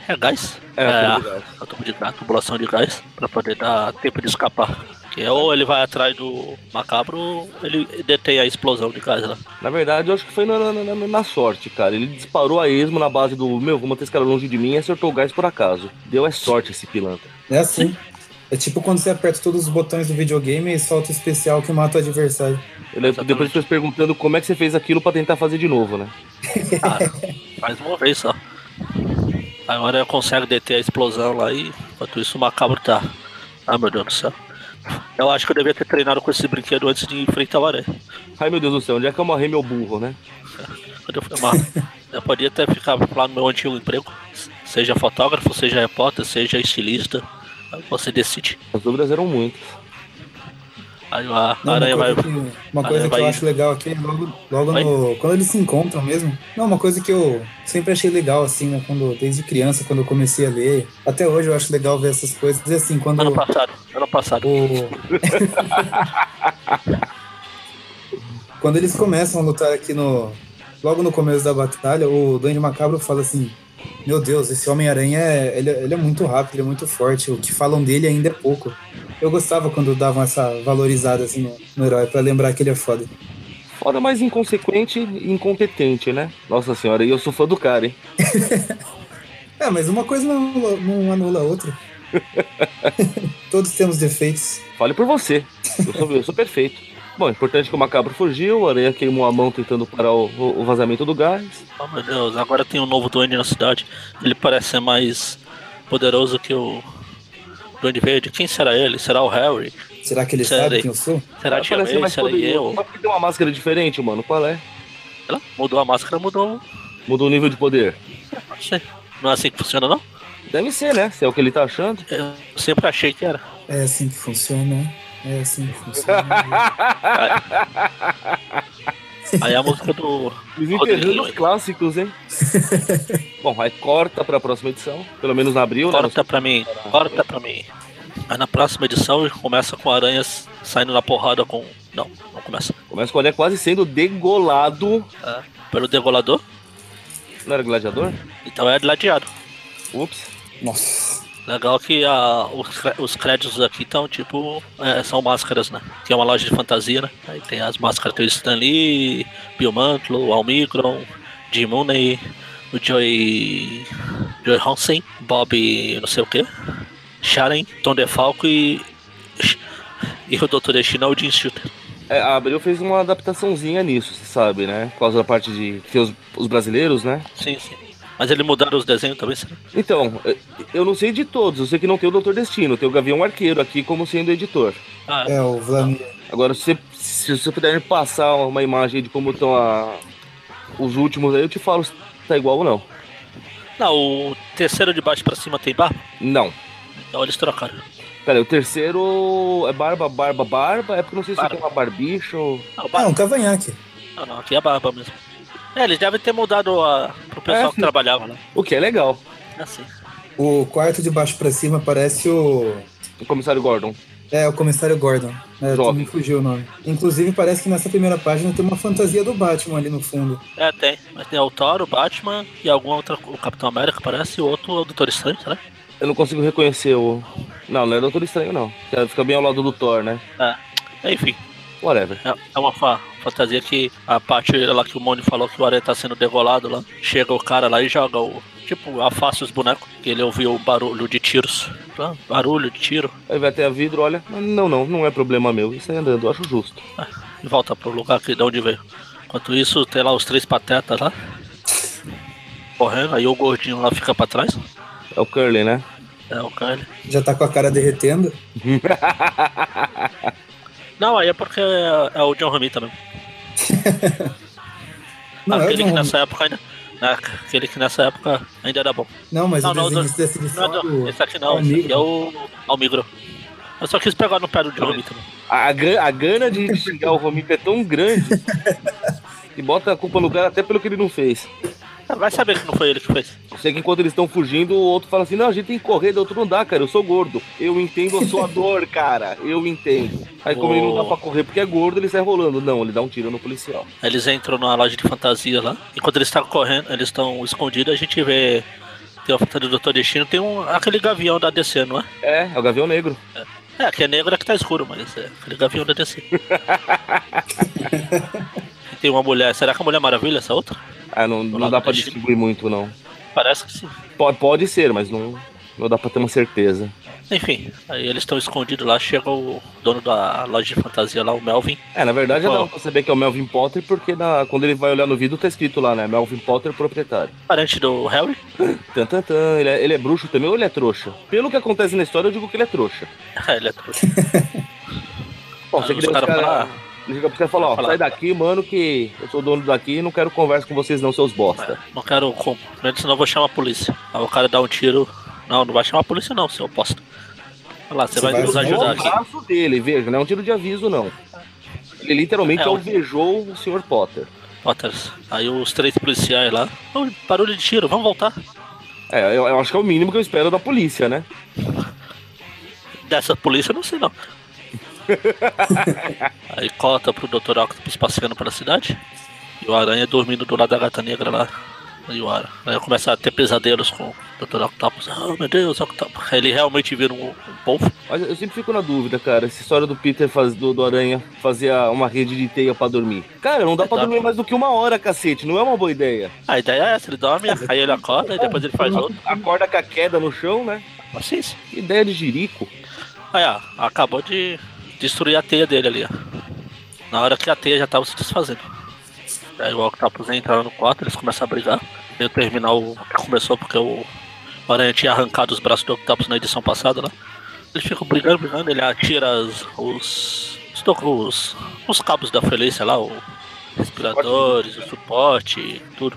Speaker 1: É gás?
Speaker 3: É, um tubo de gás.
Speaker 1: a tubo de gás, tubulação de gás, pra poder dar tempo de escapar. Que é ou ele vai atrás do macabro, ou ele detém a explosão de gás né? lá.
Speaker 3: Na verdade, eu acho que foi na, na- na- na sorte, cara. Ele disparou a esmo na base do meu, vou manter esse cara longe de mim e acertou o gás por acaso. Deu é sorte esse pilantra.
Speaker 2: É assim. É tipo quando você aperta todos os botões do videogame e solta o especial que mata o adversário.
Speaker 3: Ele,
Speaker 1: Exatamente.
Speaker 3: depois ficou se perguntando como é que você fez aquilo pra tentar fazer de novo, né?
Speaker 1: Cara, mais uma vez só. Aí o aranha consegue deter a explosão lá e enquanto isso o macabro tá. Ah, meu Deus do céu. Eu acho que eu devia ter treinado com esse brinquedo antes de enfrentar o aranha.
Speaker 3: Ai meu Deus do céu, onde é que eu morri meu burro, né?
Speaker 1: Quando eu fui mal, eu podia até ficar lá no meu antigo emprego. Seja fotógrafo, seja repórter, seja estilista. Você decide.
Speaker 3: As dúvidas eram muitas.
Speaker 1: Aí a
Speaker 2: Não,
Speaker 1: aranha
Speaker 2: uma
Speaker 1: vai.
Speaker 2: coisa, que, uma coisa
Speaker 1: aranha
Speaker 2: que eu
Speaker 1: vai-
Speaker 2: acho legal aqui é logo, logo
Speaker 1: Vai.
Speaker 2: no- quando eles se encontram mesmo. Não, uma coisa que eu sempre achei legal, assim, né, quando, desde criança, quando eu comecei a ler. Até hoje eu acho legal ver essas coisas. E assim, quando.
Speaker 1: Ano passado, ano passado.
Speaker 2: O- Quando eles começam a lutar aqui no. Logo no começo da batalha, o Duende Macabro fala assim: Meu Deus, esse Homem-Aranha é, ele, ele é muito rápido, ele é muito forte. O que falam dele ainda é pouco. Eu gostava quando davam essa valorizada assim no, no herói, pra lembrar que ele é foda.
Speaker 3: Foda mais inconsequente e incompetente, né? Nossa senhora, e eu sou fã do cara, hein?
Speaker 2: É, mas uma coisa não, anula- não anula a outra. Todos temos defeitos.
Speaker 3: Fale por você. Eu sou, eu sou perfeito. Bom, é importante que o macabro fugiu, a areia queimou a mão tentando parar o, o- o vazamento do gás.
Speaker 1: Oh meu Deus, agora tem um novo duende na cidade. Ele parece ser mais poderoso que o Duende Verde. Quem será ele? Será o Harry?
Speaker 2: Será que ele
Speaker 1: Sério?
Speaker 2: sabe quem eu sou?
Speaker 1: Será a Tia
Speaker 3: Parece
Speaker 1: May?
Speaker 3: mais
Speaker 1: Será eu?
Speaker 3: poderoso. assim, Mas por que tem uma máscara diferente, mano? Qual é?
Speaker 1: Sei lá, mudou a máscara, mudou.
Speaker 3: Mudou o nível de poder.
Speaker 1: Não sei. Não é assim que funciona, não?
Speaker 3: Deve ser, né? Se é o que ele tá achando.
Speaker 1: Eu sempre achei que era.
Speaker 2: É assim que funciona, né? É assim que funciona.
Speaker 1: Aí a música do.
Speaker 3: Desenterrando
Speaker 1: Rodrigo.
Speaker 3: os clássicos, hein? Bom, aí corta pra próxima edição. Pelo menos na abril, né?
Speaker 1: Corta pra mim, corta pra mim. Aí na próxima edição começa com aranhas saindo na porrada com. Não, não começa.
Speaker 3: Começa com o Aranha quase sendo degolado.
Speaker 1: É, pelo degolador,
Speaker 3: Não era gladiador?
Speaker 1: então é ladeado.
Speaker 3: Ups.
Speaker 2: Nossa.
Speaker 1: Legal que a, os, cre- os créditos aqui estão tipo. é, são máscaras, né? Que é uma loja de fantasia, né? Aí tem as máscaras tem o Stan Lee, Bill Mantlo, Almigron, Jim Mooney, o Joey. Joey Hansen, Bob não sei o que, Sharon, Tom DeFalco e. E o Dr. Destino é o Jim Shooter.
Speaker 3: É, a Abril fez uma adaptaçãozinha nisso, você sabe, né? Por causa da parte de ter os, os brasileiros, né?
Speaker 1: Sim, sim. Mas eles mudaram os desenhos também, será?
Speaker 3: Então, eh, eu não sei de todos, eu sei que não tem o Doutor Destino, tem o Gavião Arqueiro aqui como sendo editor.
Speaker 1: Ah,
Speaker 2: É, o Vladimir.
Speaker 3: Agora, se você se, você puder me passar uma imagem aí de como estão a- os últimos aí, eu te falo se tá igual ou não.
Speaker 1: Não, o terceiro de baixo pra cima tem barba?
Speaker 3: Não.
Speaker 1: Então eles trocaram.
Speaker 3: Pera, aí, o terceiro é barba, barba, barba. É porque eu não sei se
Speaker 1: Barba.
Speaker 3: tem uma barbicha ou.
Speaker 1: Não,
Speaker 2: Ah,
Speaker 1: barba.
Speaker 2: um cavanhaque.
Speaker 1: Não, não, aqui é barba mesmo. É, eles devem ter mudado a, pro pessoal
Speaker 3: É.
Speaker 1: que trabalhava né? lá.
Speaker 3: O que é legal.
Speaker 1: É assim.
Speaker 2: O quarto de baixo pra cima parece o.
Speaker 3: O comissário Gordon.
Speaker 2: É, o comissário Gordon. É,
Speaker 3: Jovem.
Speaker 2: me fugiu o nome. Inclusive, parece que nessa primeira página tem uma fantasia do Batman ali no fundo.
Speaker 1: É, tem. Mas tem o Thor, o Batman e alguma outra. O Capitão América parece, e o outro é o Doutor Estranho, será?
Speaker 3: Eu não consigo reconhecer o. Não, não é Doutor Estranho, não. Já Fica bem ao lado do Thor, né?
Speaker 1: É, enfim,
Speaker 3: Whatever.
Speaker 1: é, é uma fa- fantasia que a parte lá que o Mônio falou que o Aranha tá sendo degolado lá. Chega o cara lá e joga o. Tipo, afasta os bonecos, que ele ouviu o barulho de tiros. ah, barulho, tiro,
Speaker 3: Aí vai até a vidro, olha. Não, não, não é problema meu. E sai andando, eu acho justo.
Speaker 1: e volta pro lugar que de onde veio. Enquanto isso, tem lá os três patetas lá. Correndo, aí o gordinho lá fica pra trás.
Speaker 3: É o Curly, né?
Speaker 1: É o Kanye.
Speaker 2: Já tá com a cara derretendo.
Speaker 1: Não, aí é porque é, é o John Romita mesmo.
Speaker 2: Não, é o
Speaker 1: aquele Ah, que tá
Speaker 2: John Romita.
Speaker 1: nessa época ainda. na- Aquele que nessa época ainda era bom.
Speaker 2: Não, mas
Speaker 1: Não,
Speaker 2: o
Speaker 1: não,
Speaker 2: desenho
Speaker 1: do-
Speaker 2: dessa
Speaker 1: Não,
Speaker 2: edição é
Speaker 1: não,
Speaker 2: do-
Speaker 1: esse aqui não,
Speaker 2: é o
Speaker 1: esse aqui é
Speaker 2: Migro.
Speaker 1: o Almigro. Eu só quis pegar no pé do John Romita. né?
Speaker 3: A, gra- a gana de xingar o Romito é tão grande que bota a culpa no cara até pelo que ele não fez.
Speaker 1: Ah, Vai saber que não foi ele que fez.
Speaker 3: Eu sei que enquanto eles estão fugindo, o outro fala assim: não, a gente tem que correr, do outro não dá, cara. Eu sou gordo. Eu entendo a sua dor, cara. Eu entendo. Aí, como ele não dá pra correr porque é gordo, ele sai rolando. Não, ele dá um tiro no policial.
Speaker 1: Eles entram numa loja de fantasia lá. Enquanto eles estão correndo, eles estão escondidos, a gente vê. Tem uma fantasia do Doutor Destino, tem um, aquele gavião da DC, não é?
Speaker 3: É, é o Gavião Negro.
Speaker 1: É, que é negro é que tá escuro, mas é aquele gavião da DC. E tem uma mulher, será que é a Mulher Maravilha essa outra?
Speaker 3: Ah, não, não dá pra distribuir muito, não.
Speaker 1: Parece que sim.
Speaker 3: Pode, pode ser, mas não, não dá pra ter uma certeza.
Speaker 1: Enfim, aí eles estão escondidos lá, chega o dono da loja de fantasia lá, o Melvin.
Speaker 3: É, na verdade,
Speaker 1: Qual?
Speaker 3: dá pra saber que é o Melvin Potter, porque na- quando ele vai olhar no vidro, tá escrito lá, né? Melvin Potter, proprietário.
Speaker 1: Parente do Harry?
Speaker 3: Tan, tan, tan. Ele, é, ele é bruxo também ou ele é trouxa? Pelo que acontece na história, eu digo que ele é trouxa.
Speaker 1: É, ele é trouxa.
Speaker 3: Bom,
Speaker 1: Ah,
Speaker 3: você
Speaker 1: os
Speaker 3: que os
Speaker 1: cara
Speaker 3: caras
Speaker 1: fala-
Speaker 3: Ele chega pro cara e fala, ó,
Speaker 1: Fala.
Speaker 3: sai daqui, mano, que eu sou dono daqui e não quero conversa com vocês não, seus bosta.
Speaker 1: Não quero compro. Primeiro, senão eu vou chamar a polícia. Aí o cara dá um tiro. Não, não vai chamar a polícia não, seu oposto. Olha lá, você
Speaker 2: Você
Speaker 1: vai
Speaker 2: vai
Speaker 1: nos
Speaker 2: ajudar
Speaker 1: ajudar
Speaker 3: o
Speaker 1: aqui.
Speaker 3: braço dele, veja, não é um tiro de aviso, não. Ele literalmente
Speaker 1: É, o-
Speaker 3: alvejou o Sr. Potter.
Speaker 1: Potters. Aí os três policiais lá. "Oh, barulho de tiro, vamos voltar.
Speaker 3: É, eu, eu acho que é o mínimo que eu espero da polícia, né?
Speaker 1: Dessa polícia eu não sei não. Aí corta pro Dr. Octopus passeando pela cidade. E o Aranha dormindo do lado da gata negra lá. E o Aranha. Aí começa a ter pesadelos com o Dr. Octopus. Ah, meu Deus, Octopus. Aí Ele realmente vira um, um polvo.
Speaker 3: Mas eu sempre fico na dúvida, cara, essa história do Peter faz, do, do Aranha fazer a- uma rede de teia pra dormir. Cara, não dá pra
Speaker 1: Tá.
Speaker 3: dormir mais do que uma hora, cacete, não é uma boa ideia.
Speaker 1: A ideia é essa, ele dorme, aí ele acorda e depois ele faz outro.
Speaker 3: Acorda com a queda no chão, né?
Speaker 1: Paciência.
Speaker 3: Que ideia de jirico.
Speaker 1: Aí, ó, acabou de destruir a teia dele ali, ó. Na hora que a teia já tava se desfazendo. Aí o Octopus entra lá no quarto, eles começam a brigar. Veio terminar o que começou, porque o Aranha tinha arrancado os braços do Octopus na edição passada, né? Eles ficam brigando, brigando, ele atira as- os, os, to- os, os cabos da Felícia lá, os respiradores, o suporte, tudo.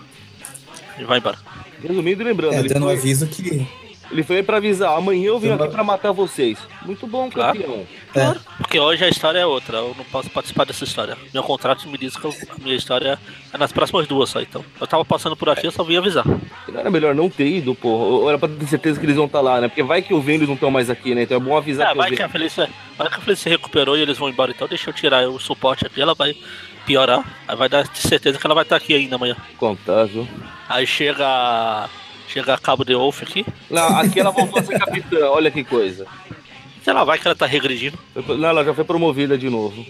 Speaker 1: E vai embora.
Speaker 3: Resumindo e lembrando,
Speaker 2: É,
Speaker 3: ele
Speaker 2: dando um
Speaker 3: foi-
Speaker 2: aviso que.
Speaker 3: Ele foi aí pra avisar, amanhã eu venho
Speaker 2: Tem
Speaker 3: aqui
Speaker 2: uma-
Speaker 3: pra matar vocês. Muito bom,
Speaker 1: Claro.
Speaker 3: campeão.
Speaker 2: é,
Speaker 1: Claro, porque hoje a história é outra, eu não posso participar dessa história. Meu contrato me diz que eu- a minha história é nas próximas duas só, então. Eu tava passando por aqui, eu só vim avisar.
Speaker 3: Não era melhor não ter ido, porra. Ou era pra ter certeza que eles vão estar lá, né? Porque vai que eu venho e eles não estão mais aqui, né? Então é bom
Speaker 1: É,
Speaker 3: avisar que eu
Speaker 1: vai que
Speaker 3: venho.
Speaker 1: a Felícia, vai que a Felícia se recuperou e eles vão embora, então deixa eu tirar o suporte aqui, ela vai piorar, aí vai dar certeza que é- ela vai estar aqui ainda amanhã.
Speaker 3: Contar, viu?
Speaker 1: Aí chega. Chega a Cabo de Wolf aqui,
Speaker 3: Não, aqui ela voltou a ser capitã, olha que coisa.
Speaker 1: sei lá, vai que ela tá regredindo.
Speaker 3: Foi pro- Não, ela já foi promovida de novo.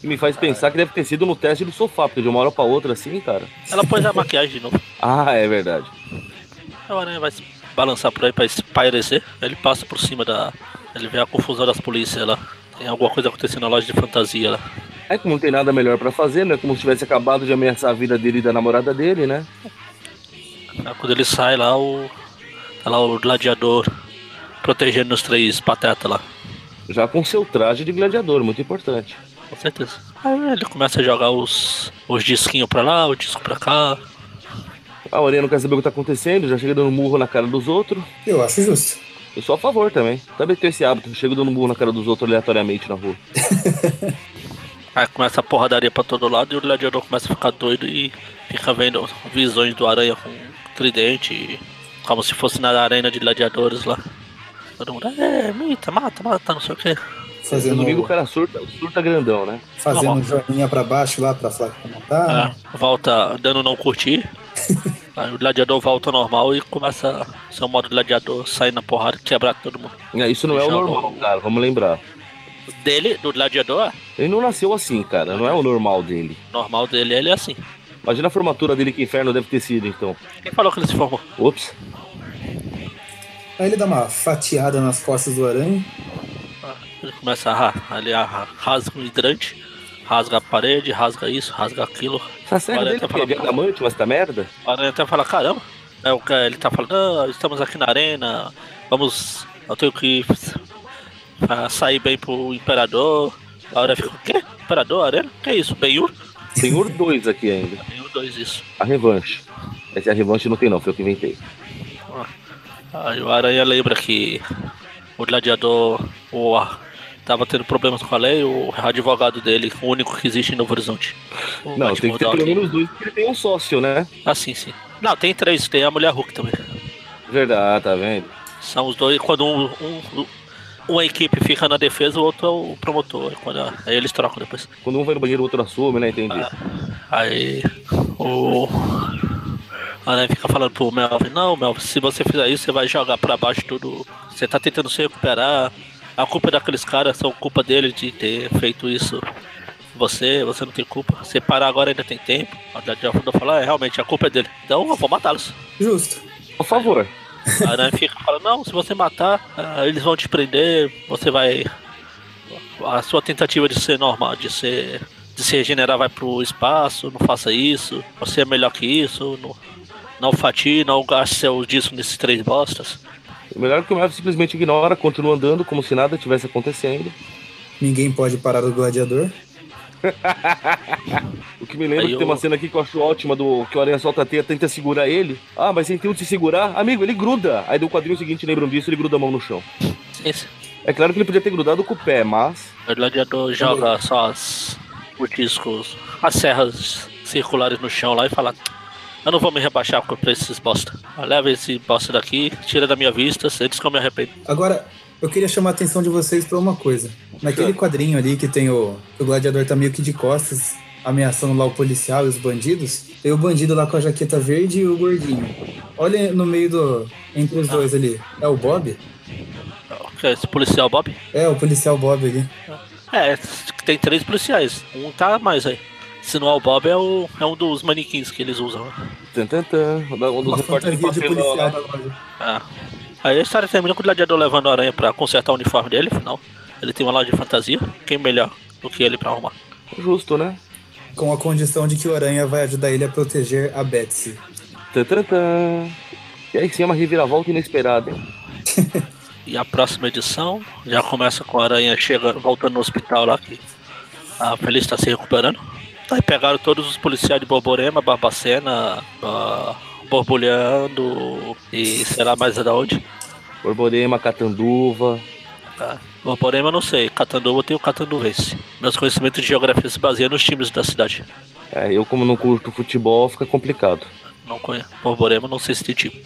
Speaker 3: E me faz pensar que deve ter sido no teste do sofá, porque de uma hora pra outra assim, cara.
Speaker 1: Ela pôs a maquiagem de novo.
Speaker 3: Ah, é verdade.
Speaker 1: A aranha vai se balançar por aí pra espairecer. Ele passa por cima da. Ele vê a confusão das polícias lá. Tem alguma coisa acontecendo na loja de fantasia lá.
Speaker 3: É como não tem nada melhor pra fazer, né? Como se tivesse acabado de ameaçar a vida dele e da namorada dele, né?
Speaker 1: Aí quando ele sai lá, o. Tá lá o gladiador protegendo os três patetas lá.
Speaker 3: Já com seu traje de gladiador, muito importante.
Speaker 1: Com certeza. Aí ele começa a jogar os, os disquinhos pra lá, o disco pra cá.
Speaker 3: A Aurinha não quer saber o que tá acontecendo, já chega dando murro na cara dos outros.
Speaker 2: Eu acho justo.
Speaker 3: Eu sou a favor também. Sabe ter esse hábito, eu chego dando um murro na cara dos outros aleatoriamente na rua.
Speaker 1: Aí começa a porradaria pra todo lado e o gladiador começa a ficar doido e fica vendo visões do aranha com tridente, e- como se fosse na arena de gladiadores lá. Todo mundo, é, mita, mata, mata, não sei o que.
Speaker 3: No
Speaker 2: Fazendo,
Speaker 3: domingo o cara surta, surta grandão, né?
Speaker 1: Tá bom.
Speaker 2: fazendo um joinha pra baixo lá pra falar que tá.
Speaker 1: Ah. volta dando não curtir. Aí o gladiador volta ao normal e começa seu modo gladiador sair na porrada e quebrar todo mundo.
Speaker 3: É, Isso não é o
Speaker 1: Deixa eu
Speaker 3: normal,
Speaker 1: ver.
Speaker 3: cara, vamos lembrar.
Speaker 1: Dele, do gladiador,
Speaker 3: Ele não nasceu assim, cara, não é o normal dele.
Speaker 1: o normal dele ele é assim.
Speaker 3: Imagina a formatura dele que inferno deve ter sido, então.
Speaker 1: Quem falou que ele se formou?
Speaker 3: Ops.
Speaker 2: Aí ele dá uma fatiada nas costas do aranha.
Speaker 1: Ele começa a ra- ele arra- rasga um hidrante, rasga a parede, rasga isso, rasga aquilo.
Speaker 3: Essa serra
Speaker 1: Olha,
Speaker 3: dele
Speaker 1: tá
Speaker 3: que é
Speaker 1: falando-
Speaker 3: diamante, mas tá merda?
Speaker 1: O aranha até fala, caramba, é o que ele tá falando, "Ah, estamos aqui na arena, vamos. Eu tenho que ah, sair bem pro imperador. A aranha fica, o quê? Imperador, arena? Que isso? Benhur?
Speaker 3: Senhor 2 aqui ainda.
Speaker 1: Benhur dois isso.
Speaker 3: A revanche. Essa é a revanche não tem não, foi eu que inventei.
Speaker 1: Aí o Aranha lembra que o gladiador o, a- tava tendo problemas com a lei, o advogado dele, o único que existe em Novo Horizonte. O
Speaker 3: não,
Speaker 1: Matt
Speaker 3: tem que ter
Speaker 1: Murdock.
Speaker 3: pelo menos dois, porque ele tem um sócio, né?
Speaker 1: Ah, sim, sim. Não, tem três, tem a mulher Hulk também.
Speaker 3: Verdade, tá vendo?
Speaker 1: São os dois, quando um, um- uma equipe fica na defesa, o outro é o promotor. Quando a- aí eles trocam depois.
Speaker 3: Quando um vai no banheiro, o outro assume, né? Entendi.
Speaker 1: Aí o Aranha fica falando pro Melvin, não, Melvin, se você fizer isso, você vai jogar pra baixo tudo. Você tá tentando se recuperar. A culpa é daqueles caras, são culpa dele de ter feito isso. Você, você não tem culpa. Você parar agora ainda tem tempo. A Dadiel falar, é, realmente, a culpa é dele. Então eu vou matá-los.
Speaker 2: Justo.
Speaker 3: Por favor.
Speaker 1: A Aranha fica falando, não, se você matar, ah, eles vão te prender, você vai. A sua tentativa de ser normal, de ser. de se regenerar vai pro espaço, não faça isso, você é melhor que isso, não, não fatie, não gaste seu disco nesses três bostas.
Speaker 3: Melhor que o Marvel simplesmente ignora, continua andando como se nada tivesse acontecendo.
Speaker 2: Ninguém pode parar o gladiador.
Speaker 3: O que me lembra
Speaker 1: Aí
Speaker 3: que
Speaker 1: eu-
Speaker 3: tem uma cena aqui que eu acho ótima do que o Aranha solta a teia, tenta segurar ele. Ah, mas sem tenta se segurar, amigo, ele gruda. Aí do quadrinho seguinte lembram disso, ele gruda a mão no chão.
Speaker 1: Esse,
Speaker 3: É claro que ele podia ter grudado com o pé, mas.
Speaker 1: o gladiador joga só as, os discos, as serras circulares no chão lá e fala. Eu não vou me rebaixar contra esses bosta. Leva esse bosta daqui, tira da minha vista, antes que eu me arrependo.
Speaker 2: Agora, eu queria chamar a atenção de vocês pra uma coisa. Naquele quadrinho ali que tem o, que o gladiador tá meio que de costas, ameaçando lá o policial e os bandidos, tem o bandido lá com a jaqueta verde e o gordinho. Olha no meio do. entre os dois ali. É o Bob?
Speaker 1: Esse policial Bob?
Speaker 2: É, o policial Bob ali.
Speaker 1: É, tem três policiais. Um tá a mais aí. Se não é o Bob, é, o, é um dos manequins que eles usam. né?
Speaker 3: Tan, tan, tan. Um dos
Speaker 2: Uma
Speaker 3: repórteres
Speaker 2: fantasia de
Speaker 3: passando
Speaker 2: policial
Speaker 3: lá-
Speaker 2: da loja.
Speaker 1: Ah. Aí a história termina com o gladiador levando a aranha pra consertar o uniforme dele, afinal. Ele tem uma loja de fantasia. Quem melhor do que ele pra arrumar?
Speaker 3: Justo, né?
Speaker 2: Com a condição de que o Aranha vai ajudar ele a proteger a Betsy.
Speaker 3: Tan, tan, tan. E aí sim é uma reviravolta inesperada. hein?
Speaker 1: E a próxima edição já começa com a aranha chegando, voltando no hospital lá que a Feliz tá se recuperando. Aí pegaram todos os policiais de Borborema, Barbacena, ah, Borbulhando e sei lá mais da onde.
Speaker 3: Borborema, catanduva.
Speaker 1: Tá. Bom, porém, eu não sei. Catanduva eu tenho catanduvense. Meus conhecimentos de geografia se baseiam nos times da cidade.
Speaker 3: É, eu como não curto futebol, fica complicado.
Speaker 1: Não conheço. Borborema, não sei se tem time.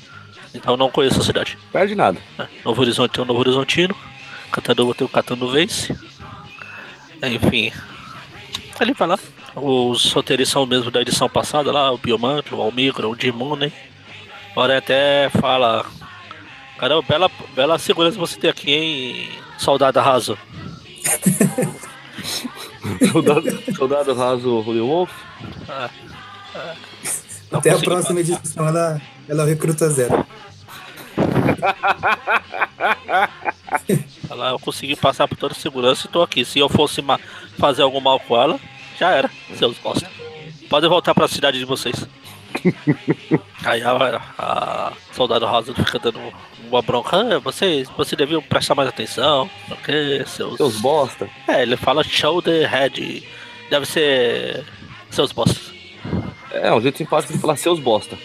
Speaker 1: Então não conheço a cidade.
Speaker 3: Perde nada.
Speaker 1: né? Novo Horizonte tem o Novo Horizontino. Catanduva tem o Catanduvense. Enfim. Ali vai lá. Os roteiristas são mesmo da edição passada lá, o Biomanto, o Almigro, o Dimon, né? Agora até fala. Caramba, bela, bela segurança você tem aqui, hein? Soldado raso.
Speaker 3: Soldado, soldado raso Holy Wolf.
Speaker 1: Ah, ah. Não
Speaker 2: Até a
Speaker 1: consegui
Speaker 2: próxima
Speaker 1: passar.
Speaker 2: edição ela, ela recruta zero.
Speaker 1: Ela, eu consegui passar por toda a segurança e tô aqui. Se eu fosse ma- fazer algum mal com ela, já era, seus bosta. Podem voltar pra cidade de vocês. Aí a, a soldado rosa fica dando uma bronca. "Ah, Vocês, vocês deviam prestar mais atenção, porque seus.
Speaker 3: Seus bosta.
Speaker 1: É, ele fala shoulder head. Deve ser. seus bostas.
Speaker 3: É, um jeito simpático de falar seus bosta.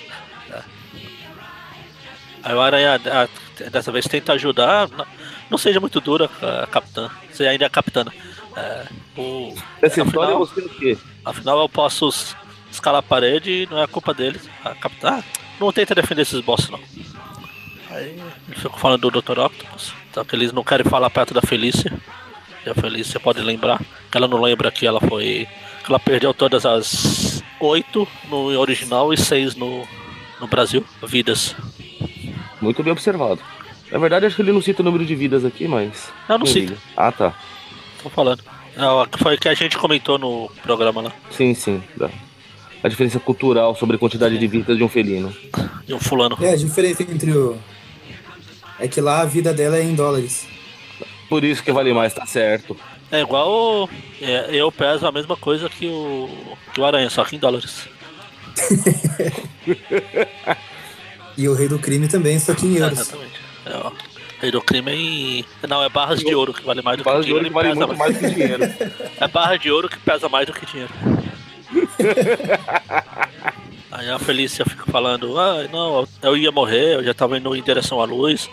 Speaker 1: Aí o Aranha a- dessa vez tenta ajudar. Não, não seja muito dura, ah, capitã. Você ainda é capitana. É, o,
Speaker 3: Nessa
Speaker 1: afinal-
Speaker 3: história você é o quê?
Speaker 1: Afinal, eu posso s- escalar a parede e não é culpa deles. A capitã, ah, não tenta defender esses boss, não. Aí ele ficou falando do Dr. Octopus. Só que eles não querem falar perto da Felícia. E a Felícia pode lembrar que ela não lembra que ela foi. que ela perdeu todas as oito no original e seis no, no Brasil. Vidas.
Speaker 3: Muito bem observado. Na verdade, acho que ele não cita o número de vidas aqui, mas.
Speaker 1: Eu não
Speaker 3: liga. Ah, tá.
Speaker 1: Tô falando. É, ó, que foi o que a gente comentou no programa lá.
Speaker 3: Sim, sim. dá. A diferença cultural sobre a quantidade de vidas de um felino.
Speaker 1: E o fulano.
Speaker 2: É, a diferença entre o. É que lá a vida dela é em dólares.
Speaker 3: Por isso que vale mais, tá certo.
Speaker 1: É igual. é, eu peso a mesma coisa que o, que o Aranha, só que em dólares.
Speaker 2: E o rei do crime também, só que em euros.
Speaker 1: Exatamente. É, ó. Rei do crime é em. Não, é barras de ouro que vale mais do
Speaker 3: Fala
Speaker 1: que
Speaker 3: de olho
Speaker 1: dinheiro.
Speaker 3: que
Speaker 1: ele pesa
Speaker 3: vale muito mais que dinheiro.
Speaker 1: É barra de ouro que pesa mais do que dinheiro. Aí a Felícia fica falando, ah, não, eu ia morrer, eu já tava indo em direção à luz.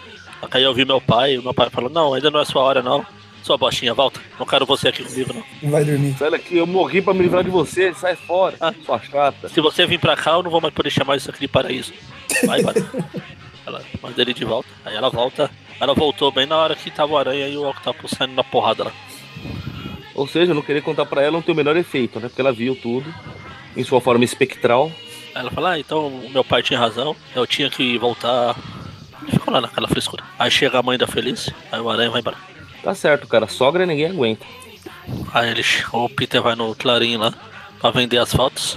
Speaker 1: Aí eu vi meu pai, e meu pai falou, não, ainda não é sua hora não. Sua bostinha, volta. Não quero você aqui comigo, não.
Speaker 2: Não vai dormir.
Speaker 3: Sai daqui, eu morri pra me livrar de você, sai fora,
Speaker 1: Ah.
Speaker 3: sua chata.
Speaker 1: Se você vir pra cá, eu não vou mais poder chamar isso aqui de paraíso. Vai, vai. Ela manda ele de volta. Aí ela volta. Ela voltou bem na hora que tava o aranha e o octopus saindo na porrada lá.
Speaker 3: Ou seja, não querer contar pra ela não tem o melhor efeito, né? Porque ela viu tudo em sua forma espectral.
Speaker 1: Aí ela fala, ah, então o meu pai tinha razão, eu tinha que voltar. E ficou lá naquela frescura. Aí chega a mãe da Feliz, aí o Aranha vai embora.
Speaker 3: Tá certo, cara, sogra ninguém aguenta.
Speaker 1: Aí ele, o Peter vai no Clarim lá pra vender as fotos.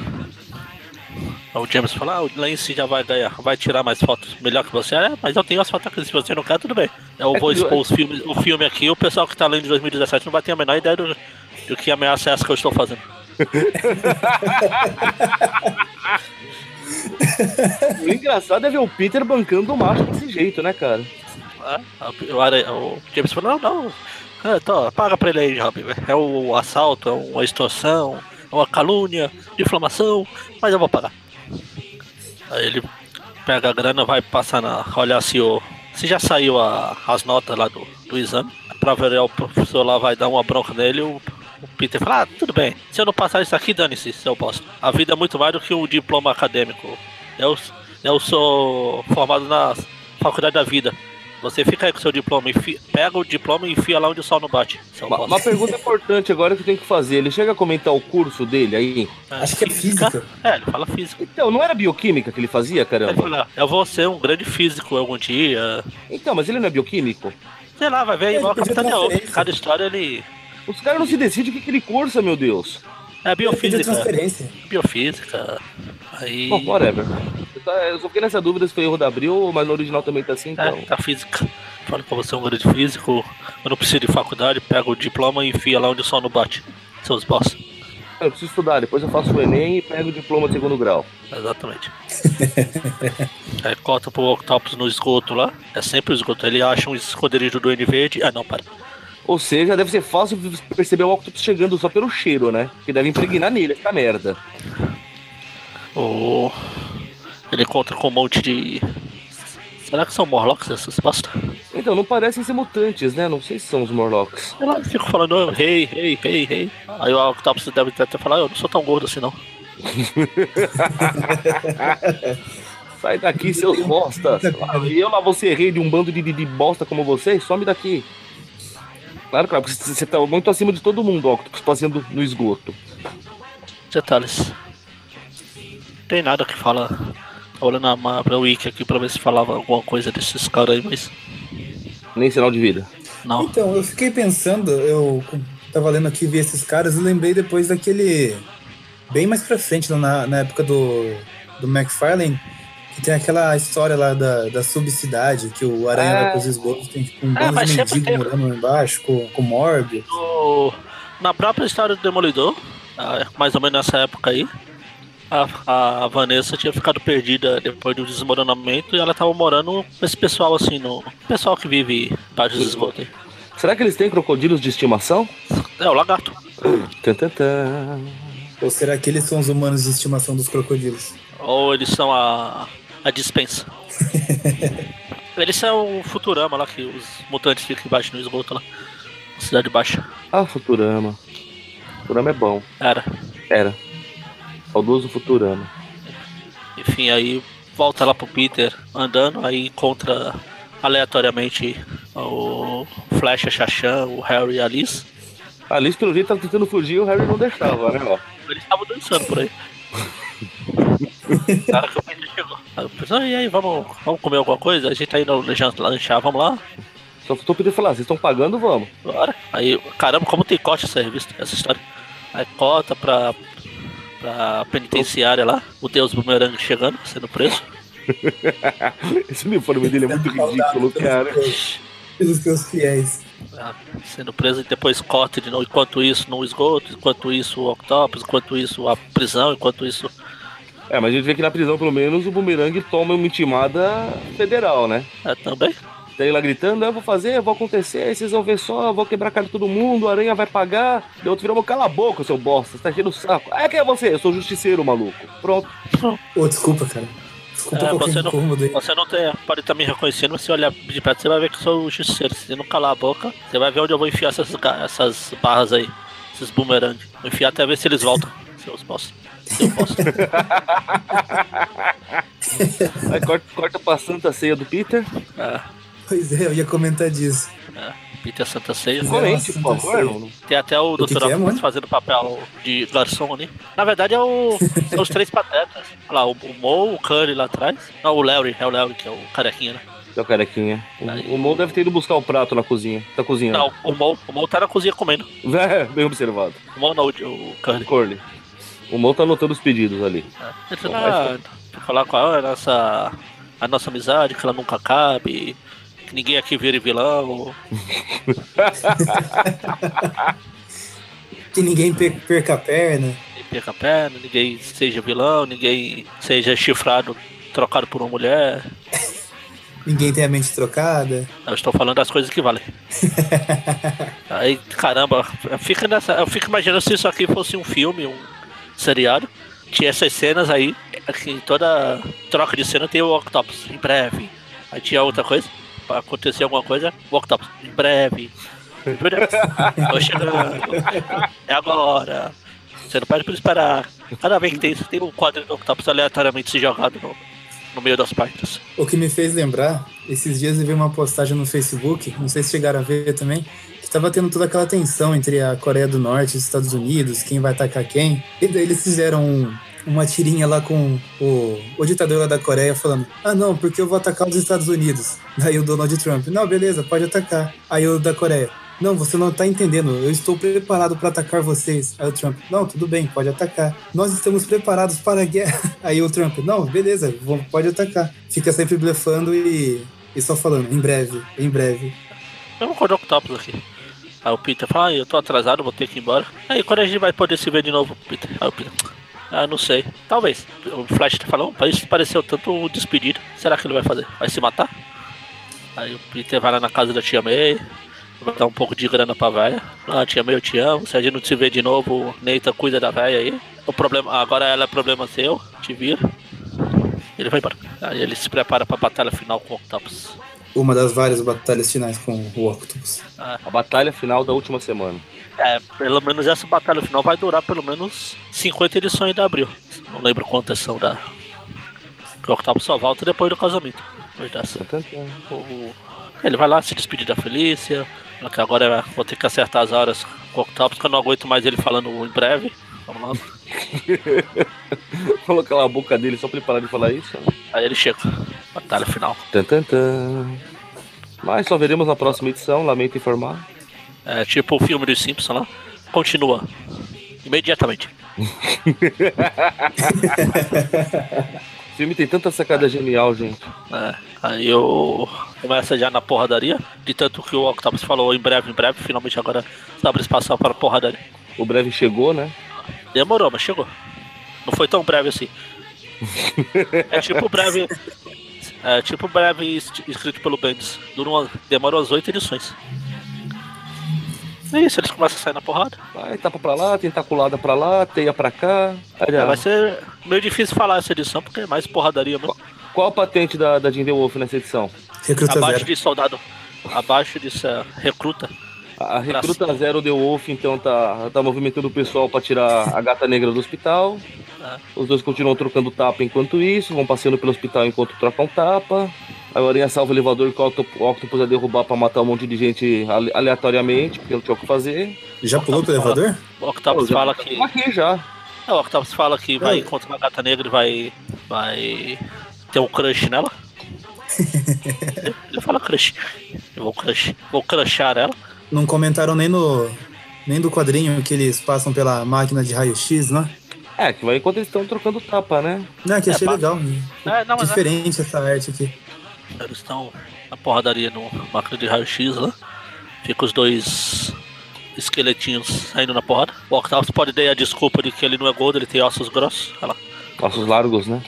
Speaker 1: Aí o James fala, ah, o Lance já vai ganhar, vai tirar mais fotos melhor que você. É, mas eu tenho as fotos aqui, se você não quer, tudo bem. Eu
Speaker 3: É
Speaker 1: vou
Speaker 3: que-
Speaker 1: expor os filmes, o filme aqui, o pessoal que tá lendo de 2017 não vai ter a menor ideia do, do que ameaça é essa que eu estou fazendo.
Speaker 3: O engraçado é ver o Peter bancando o macho desse jeito, né, cara?
Speaker 1: Ah, o, Aranha- o James falou, não, não. É, tô, paga pra ele aí, Job. É o assalto, é uma extorsão, é uma calúnia, difamação, mas eu vou pagar. Aí ele pega a grana, vai passar na. olhar se o. Se já saiu a- as notas lá do, do exame, pra ver o professor lá vai dar uma bronca nele, o, o Peter fala, ah, tudo bem, se eu não passar isso aqui, dane-se, seu bosta. A vida é muito mais do que um diploma acadêmico. Eu, eu sou formado na faculdade da vida. Você fica aí com seu diploma, enfi- pega o diploma e enfia lá onde o sol não bate. Seu
Speaker 3: Uma, uma
Speaker 1: bosta.
Speaker 3: pergunta importante agora que eu tenho que fazer. Ele chega a comentar o curso dele aí.
Speaker 2: Acho que é física.
Speaker 1: É, ele fala física.
Speaker 3: Então, não era bioquímica que ele fazia,
Speaker 1: Ele
Speaker 3: caramba?
Speaker 1: fala, eu vou ser um grande físico algum dia.
Speaker 3: Então, mas ele não é bioquímico?
Speaker 1: Sei lá, vai ver aí,
Speaker 2: Ele
Speaker 1: igual a
Speaker 2: podia
Speaker 1: Capitã
Speaker 2: ter uma
Speaker 1: Neop.
Speaker 2: referência.
Speaker 1: Cada história ele.
Speaker 3: Os caras não se decidem o que, que ele cursa, meu Deus.
Speaker 1: É
Speaker 2: Eu fiz a
Speaker 1: biofísica.
Speaker 2: transferência.
Speaker 1: Biofísica. Aí. é,
Speaker 3: Bom, whatever. Eu tá- Eu só fiquei nessa dúvida se foi erro da Abril, mas no original também tá assim, então.
Speaker 1: É, tá física. Fala pra você é um grande físico. Eu não preciso de faculdade, pega o diploma e enfia lá onde o sol não bate. Seus bosta.
Speaker 3: Eu preciso estudar, depois eu faço o Enem e pego o diploma de segundo grau.
Speaker 1: Exatamente. Aí corta pro Octopus no esgoto lá. É sempre o esgoto. Ele acha um esconderijo do Duende Verde. Ah, não, para.
Speaker 3: Ou seja, deve ser fácil perceber o Octopus chegando só pelo cheiro, né? Que deve impregnar nele essa merda.
Speaker 1: O... Ele encontra com um monte de. Será que são Morlocks essas bosta?
Speaker 3: Então, não parecem ser mutantes, né? Não sei se são os Morlocks.
Speaker 1: Sei lá, eu fico falando, rei, rei, rei, rei. Aí o Octopus deve até falar, eu não sou tão gordo assim não.
Speaker 3: Sai daqui, seus bostas. E eu lá você rei de um bando de, de, de bosta como vocês, some daqui. Claro, claro, porque você tá muito acima de todo mundo, Octopus, fazendo no esgoto.
Speaker 1: Detalhes. Tem nada que fala. Tô olhando a ma- pra wiki aqui pra ver se falava alguma coisa desses caras aí, mas.
Speaker 3: Nem sinal de vida.
Speaker 1: Não.
Speaker 2: Então, eu fiquei pensando, eu tava lendo aqui, vi esses caras e lembrei depois daquele. Bem mais pra frente, lá na, na época do, do McFarlane, que tem aquela história lá da, da subcidade, que o Aranha
Speaker 3: Ah.
Speaker 2: vai pros esgotos, tem tipo um
Speaker 1: Ah,
Speaker 2: bando
Speaker 1: mas
Speaker 2: de
Speaker 1: sempre
Speaker 2: mendigo
Speaker 1: tem.
Speaker 2: morando lá embaixo, com, com Morb.
Speaker 1: O- Oh, Na própria história do Demolidor, ah, mais ou menos nessa época aí, a, a Vanessa tinha ficado perdida depois do desmoronamento e ela tava morando com esse pessoal assim, no. Pessoal que vive embaixo dos esgotos. aí.
Speaker 3: Será que eles têm crocodilos de estimação?
Speaker 1: É, o lagarto.
Speaker 3: Tantantã.
Speaker 2: Ou será que eles são os humanos de estimação dos crocodilos?
Speaker 1: Ou eles são a, a dispensa. eles são o Futurama lá, que os mutantes ficam embaixo no esgoto lá. na Cidade Baixa.
Speaker 3: Ah, Futurama. Futurama é bom.
Speaker 1: Era.
Speaker 3: Era. Saudoso Futurama.
Speaker 1: Enfim, aí volta lá pro Peter andando, aí encontra aleatoriamente o Flash, a Shashan, o Harry e a Liz.
Speaker 3: A Liz, pelo jeito, tava tentando fugir e o Harry não deixava, né, ó.
Speaker 1: Eles estavam dançando por aí. Na hora que o Peter chegou. Aí o pessoal, e aí, vamos, vamos comer alguma coisa? A gente tá indo lanchar, lanchar, vamos lá.
Speaker 3: Só tô pedindo falar, vocês estão pagando, vamos.
Speaker 1: Bora. Aí, caramba, como tem corte essa revista, essa história. Aí corta pra, pra penitenciária lá, o Deus Bumerangue chegando, sendo preso.
Speaker 3: Esse uniforme dele é muito
Speaker 2: Tá
Speaker 3: ridículo, cara.
Speaker 2: Pelos seus fiéis.
Speaker 1: Ah, sendo preso e depois corta de novo. Enquanto isso, no esgoto, enquanto isso, o octopus, enquanto isso, a prisão, enquanto isso.
Speaker 3: É, mas a gente vê que na prisão, pelo menos, o bumerangue toma uma intimada federal, né?
Speaker 1: É, também.
Speaker 3: Daí lá gritando, "Ah, eu vou fazer, eu vou acontecer, aí vocês vão ver só, eu vou quebrar a cara de todo mundo, a aranha vai pagar. Daí outro virou, meu, cala a boca, seu bosta, você tá cheio o saco. Ah, quem é você? Eu sou justiceiro, maluco. Pronto.
Speaker 2: Ô, desculpa, cara. Desculpa
Speaker 1: É,
Speaker 2: qualquer
Speaker 1: você não-
Speaker 2: incômodo aí.
Speaker 1: Você não tem, pode estar me reconhecendo, mas se olhar de perto, você vai ver que eu sou o justiceiro. Se você não calar a boca, você vai ver onde eu vou enfiar essas, ga- essas barras aí, esses bumerangues. Vou enfiar até ver se eles voltam, seus bosta. Seu bosta.
Speaker 3: Aí corta, corta pra santa ceia do Peter.
Speaker 1: Ah,
Speaker 2: Pois é, eu ia comentar disso.
Speaker 1: ah, Peter Santa Ceia.
Speaker 3: Comente, por
Speaker 2: Santa
Speaker 3: favor.
Speaker 2: Ceia.
Speaker 3: não-
Speaker 1: Tem até o,
Speaker 2: que
Speaker 1: Dr.
Speaker 2: que é,
Speaker 1: Octopus
Speaker 2: mano?
Speaker 1: fazendo papel de garçom ali. Na verdade, é o, são os três patetas. Olha lá, o, o Mo, o Curry lá atrás. Não, o Larry, é o Larry, que é o carequinha, né?
Speaker 3: Seu carequinha. O, o Mo deve ter ido buscar o prato na cozinha. Tá
Speaker 2: É.
Speaker 3: cozinhando.
Speaker 1: Não, o Mo, o Mo tá na cozinha comendo.
Speaker 3: É, bem observado.
Speaker 1: O Mo não, o, o Curry.
Speaker 3: Corley. O Mo tá anotando os pedidos ali.
Speaker 1: né? Ele tá pra falar com a, a nossa, a nossa amizade, que ela nunca cabe, que ninguém aqui vira vilão.
Speaker 2: Que ninguém pe- perca a perna.
Speaker 1: ninguém perca a perna, ninguém seja vilão, ninguém seja chifrado, trocado por uma mulher.
Speaker 2: Ninguém tem a mente trocada.
Speaker 1: Eu estou falando das coisas que valem. Aí, caramba, fica nessa, eu fico imaginando se isso aqui fosse um filme, um seriado. Tinha essas cenas aí, que em toda troca de cena tem o Octopus, em breve. Aí tinha outra coisa, pra acontecer alguma coisa, o Octopus, em breve. Tô chegando. É agora. Você não pode esperar. Cada vez que tem isso, tem um quadro do Octopus aleatoriamente se jogado no, no meio das páginas.
Speaker 2: O que me fez lembrar, esses dias eu vi uma postagem no Facebook, não sei se chegaram a ver também, que estava tendo toda aquela tensão entre a Coreia do Norte e os Estados Unidos, quem vai atacar quem. E daí eles fizeram um- uma tirinha lá com o, o ditador lá da Coreia falando: Ah, não, porque eu vou atacar os Estados Unidos. Daí o Donald Trump: Não, beleza, pode atacar. Aí o da Coreia. Não, você não tá entendendo. Eu estou preparado para atacar vocês. Aí o Trump, não, tudo bem, pode atacar. Nós estamos preparados para a guerra. Aí o Trump, não, beleza, vamos- pode atacar. Fica sempre blefando e, e só falando, em breve, em breve.
Speaker 1: Eu vou acordar com o Octopus aqui. Aí o Peter fala, ah, eu tô atrasado, vou ter que ir embora. Aí quando a gente vai poder se ver de novo, Peter? Aí o Peter, ah, não sei. Talvez. O Flash tá falando, "Oh, isso pareceu tanto um despedido. Será que ele vai fazer? Vai se matar? Aí o Peter vai lá na casa da tia May, vai dar um pouco de grana pra véia. Ah, tia May, eu te amo. Se a gente não se vê de novo, Neita cuida da véia aí. O problema, agora ela é problema seu, te vira. Ele vai embora. Aí ele se prepara pra batalha final com o Octopus.
Speaker 2: Uma das várias batalhas finais com o Octopus.
Speaker 1: Ah,
Speaker 3: A batalha final da última semana.
Speaker 1: É, pelo menos essa batalha final vai durar pelo menos 50 edições de abril. Não lembro quantas são da. Que o Octopus só volta depois do casamento. Depois dessa. O- o- Ele vai lá se despedir da Felícia. fala que agora vou ter que acertar as horas com o Octopus, que eu não aguento mais ele falando em breve. Vamos lá.
Speaker 3: Falou aquela boca dele só pra ele parar de falar isso.
Speaker 1: Aí ele chega. Batalha final.
Speaker 3: Tan, tan, tan. Mas só veremos na próxima edição, lamento informar.
Speaker 1: É tipo o filme dos Simpsons lá. Continua. Imediatamente.
Speaker 3: O filme tem tanta sacada genial, gente.
Speaker 1: É, aí eu começa já na porradaria, de tanto que o Octopus falou em breve, em breve, finalmente agora se abre espaço para a porradaria.
Speaker 3: O breve chegou, né?
Speaker 1: Demorou, mas chegou. Não foi tão breve assim. É tipo breve. É tipo breve es- escrito pelo Bendis. Dura uma- demorou as oito edições. É isso, eles começam a sair na porrada.
Speaker 3: Vai, tapa pra lá, tem taculada pra lá, teia pra cá. Aliás,
Speaker 1: Vai ser meio difícil falar essa edição, porque é mais porradaria mesmo.
Speaker 3: qual a patente da, da Jim The Wolf nessa edição?
Speaker 2: Recruta
Speaker 1: Abaixo
Speaker 3: é.
Speaker 2: zero.
Speaker 1: de soldado. Abaixo disso é recruta.
Speaker 3: A recruta zero The Wolf, então, tá, tá movimentando o pessoal pra tirar a gata negra do hospital.
Speaker 1: Ah.
Speaker 3: Os dois continuam trocando tapa enquanto isso, vão passeando pelo hospital enquanto trocam tapa. Aí o Aranha salva o elevador que o Octop- o Octopus a derrubar pra matar um monte de gente ale- aleatoriamente, porque não tinha o que fazer.
Speaker 2: Já pulou pro elevador?
Speaker 1: O Octopus
Speaker 3: já
Speaker 1: fala
Speaker 3: tá
Speaker 1: que.
Speaker 3: aqui já.
Speaker 1: É, o Octopus fala que vai
Speaker 2: É.
Speaker 1: encontrar uma gata negra e vai. vai. ter um crush nela. Ele fala crush. Eu vou crush. Vou crushar ela.
Speaker 2: Não comentaram nem no. Nem do quadrinho que eles passam pela máquina de raio-x, né?
Speaker 3: É, que vai enquanto eles estão trocando tapa, né?
Speaker 2: Não, que
Speaker 1: É,
Speaker 2: achei
Speaker 1: pá.
Speaker 2: legal.
Speaker 1: É, não, mas é.
Speaker 2: Diferente essa arte aqui.
Speaker 1: Eles estão na porradaria no máquina de raio-x lá. Fica os dois esqueletinhos saindo na porrada. O Octavos pode dar a desculpa de que ele não é gordo, ele tem ossos grossos. Olha lá.
Speaker 3: Passos largos, né?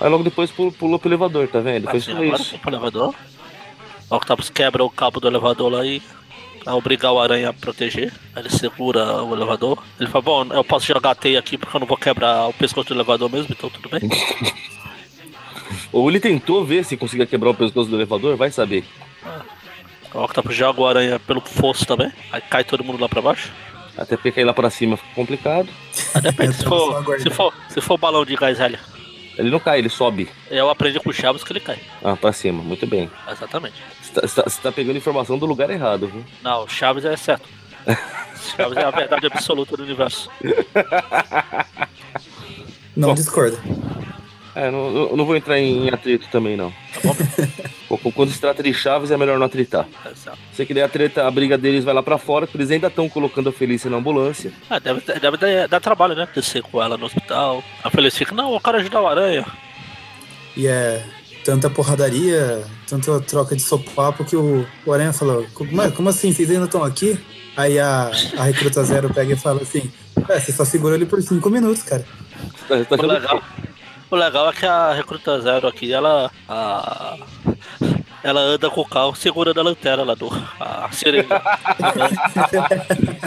Speaker 3: Aí logo depois pul- pulou pro elevador, tá vendo? Depois
Speaker 1: Assim,
Speaker 3: foi
Speaker 1: agora
Speaker 3: isso.
Speaker 1: sim pro elevador. O Octavos quebra o cabo do elevador lá e pra obrigar o aranha a proteger. Aí ele segura o elevador. Ele fala, bom, eu posso jogar a teia aqui porque eu não vou quebrar o pescoço do elevador mesmo, então tudo bem.
Speaker 3: Ou ele tentou ver se conseguia quebrar o pescoço do elevador, vai saber.
Speaker 1: O Octopus joga o aranha pelo fosso também. Aí cai todo mundo lá pra baixo.
Speaker 3: Até porque cair lá pra cima ficou complicado.
Speaker 1: Aí depende, se
Speaker 2: Então, só
Speaker 1: for,
Speaker 2: aguardar.
Speaker 1: se for, se for balão de gás hélio.
Speaker 3: Ele não cai, ele sobe.
Speaker 1: Eu aprendi com o Chaves que ele cai.
Speaker 3: Ah, pra cima, muito bem.
Speaker 1: Exatamente.
Speaker 3: Você tá, você tá- você tá pegando informação do lugar errado, viu?
Speaker 1: Não, o Chaves é certo. Chaves é a verdade absoluta do universo.
Speaker 2: Não discordo.
Speaker 3: É, não, eu não vou entrar em atrito também, não.
Speaker 1: Tá bom?
Speaker 3: Qu- Quando se trata de chaves, é melhor não atritar.
Speaker 1: É certo.
Speaker 3: Sei que daí a treta, a briga deles vai lá pra fora, porque eles ainda estão colocando a Felícia na ambulância.
Speaker 1: Ah, deve, deve dar, dar trabalho, né? Descer com ela no hospital. A Feliz fica, não, eu quero ajudar o aranha.
Speaker 2: E é tanta porradaria, tanta troca de sopapo que o, o Aranha fala, como, como assim, vocês ainda estão aqui? Aí a, a Recruta Zero pega e fala assim, é, você só segurou ele por cinco minutos, cara.
Speaker 3: Você tá- você tá
Speaker 1: O
Speaker 3: achando
Speaker 1: legal, o legal é que a Recruta Zero aqui, ela. a- ela anda com o carro segurando a lanterna lá do. A seringa.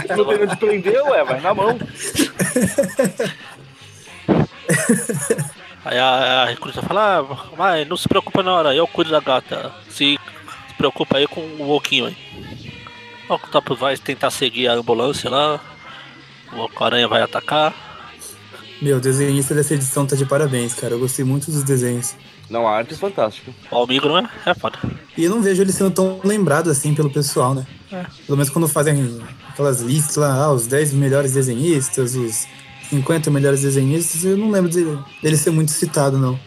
Speaker 3: que não tem onde prender, ué, vai na mão.
Speaker 1: Aí a, a recruta fala, ah, mas não se preocupa na hora, eu cuido da gata. Se, se preocupa aí com o Oquinho aí. O Octopus vai tentar seguir a ambulância lá, o aranha vai atacar.
Speaker 2: Meu, o desenhista dessa edição tá de parabéns, cara. Eu gostei muito dos desenhos.
Speaker 3: Não, a arte é fantástica.
Speaker 1: O Almigro, né? É foda.
Speaker 2: E eu não vejo ele sendo tão lembrado assim pelo pessoal, né? Pelo menos quando fazem aquelas listas lá, ah, os 10 melhores desenhistas, os 50 melhores desenhistas, eu não lembro dele, dele ser muito citado, não.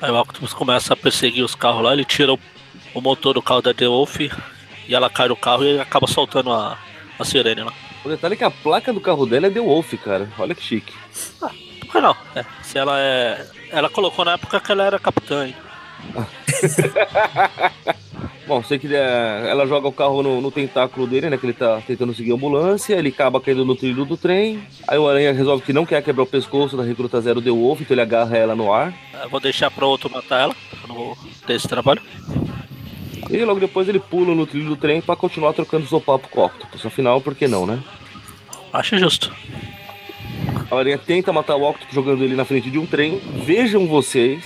Speaker 1: Aí o Octopus começa a perseguir os carros lá, ele tira o, o motor do carro da The Wolf e ela cai no carro e ele acaba soltando a, a sirene lá.
Speaker 3: O detalhe é que a placa do carro dela é The Wolf, cara. Olha que chique.
Speaker 1: Por que não? É, se ela é. Ela colocou na época que ela era capitã, hein?
Speaker 3: Bom, sei que é, ela joga o carro no, no tentáculo dele, né? Que ele tá tentando seguir a ambulância, ele acaba caindo no trilho do trem. Aí o Aranha resolve que não quer quebrar o pescoço da recruta zero The Wolf, então ele agarra ela no ar.
Speaker 1: Eu vou deixar pra outro matar ela, eu não vou ter esse trabalho.
Speaker 3: E logo depois ele pula no trilho do trem pra continuar trocando sopapo com o Octopus. Afinal, por que não, né?
Speaker 1: Acho justo.
Speaker 3: A Aranha tenta matar o Octopus jogando ele na frente de um trem. Vejam vocês.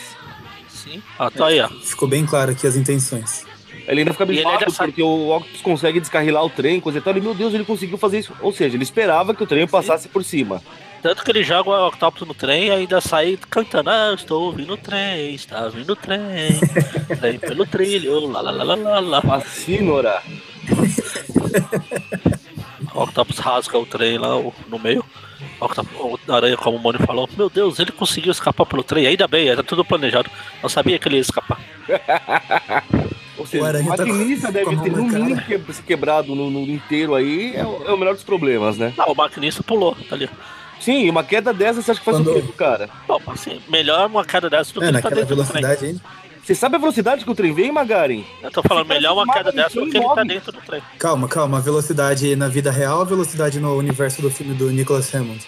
Speaker 1: Sim. Ah, tá aí, ó.
Speaker 2: Ficou bem claro aqui as intenções.
Speaker 3: Ele ainda fica
Speaker 1: ele
Speaker 3: bifado
Speaker 1: ainda sabe-
Speaker 3: porque o Octopus consegue descarrilar o trem, coisa e tal. E meu Deus, ele conseguiu fazer isso. Ou seja, ele esperava que o trem passasse por cima.
Speaker 1: Tanto que ele joga o Octopus no trem e ainda sai cantando. Ah, eu estou ouvindo o trem, está ouvindo o trem. trem pelo trilho, lá, lá, lá, lá, lá, lá.
Speaker 3: Fascínora.
Speaker 1: O Octopus rasga o trem lá o- no meio. O, Octopus, o Aranha, como o Mônio falou, meu Deus, ele conseguiu escapar pelo trem. Ainda bem, era tudo planejado. Não sabia que ele ia escapar.
Speaker 3: Ou
Speaker 2: O
Speaker 3: seja,
Speaker 2: Aranha
Speaker 3: a
Speaker 2: tá com-
Speaker 3: maquinista deve
Speaker 2: com a
Speaker 3: ter
Speaker 2: mão
Speaker 3: no
Speaker 2: na cara.
Speaker 3: mínimo que- se quebrado no, no inteiro aí. É o, é o melhor dos problemas, né?
Speaker 1: Não, o maquinista pulou, tá ali.
Speaker 3: Sim, e uma queda dessa você acha que faz
Speaker 2: Quando-
Speaker 3: o quê pro cara?
Speaker 1: Bom, assim, melhor uma queda dessa do que
Speaker 2: É,
Speaker 1: ele tá
Speaker 2: naquela
Speaker 1: dentro do trem.
Speaker 2: velocidade ainda.
Speaker 3: Você sabe a velocidade que o trem vem, Magarin?
Speaker 1: Eu tô falando,
Speaker 3: Esse cara
Speaker 1: melhor uma
Speaker 3: desmaga
Speaker 1: queda
Speaker 3: no
Speaker 1: dessa
Speaker 3: trem
Speaker 1: do que ele tá
Speaker 3: enorme.
Speaker 1: dentro do trem.
Speaker 2: Calma, calma. A velocidade na vida real, a velocidade no universo do filme do Nicholas Hammond.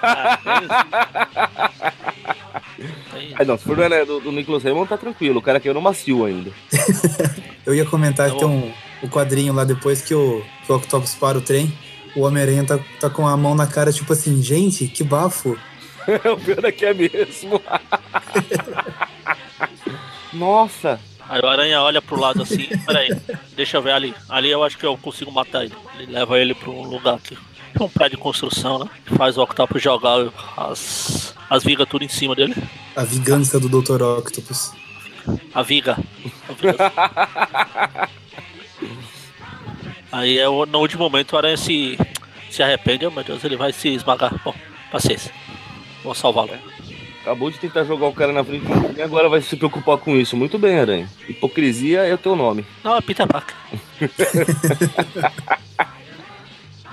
Speaker 1: Ah, é isso. É isso.
Speaker 3: Ah, não, se for né, do, do Nicholas Raymond, tá tranquilo. O cara caiu no macio ainda.
Speaker 2: Eu ia comentar que
Speaker 1: Tá
Speaker 2: tem
Speaker 1: bom.
Speaker 2: um, um quadrinho lá depois que o, que o Octopus para o trem. O Homem-Aranha tá, tá com a mão na cara, tipo assim, gente, que bafo.
Speaker 3: o pior é que é mesmo. Nossa.
Speaker 1: Aí o aranha olha pro lado assim, peraí, deixa eu ver ali. Ali eu acho que eu consigo matar ele. Ele leva ele pra um lugar aqui. Um prédio de construção, né? Faz o Octopus jogar as, as vigas tudo em cima dele.
Speaker 2: A vingança do Dr. Octopus.
Speaker 1: A viga. A viga. Aí é o- no último momento o aranha se, se arrepende, oh, meu Deus, ele vai se esmagar. Bom, paciência. Vou salvá-lo.
Speaker 3: Acabou de tentar jogar o cara na frente do trem, agora vai se preocupar com isso. Muito bem, Aranha.
Speaker 1: é
Speaker 3: Hipocrisia é o teu nome.
Speaker 1: Não, é Peter Parker.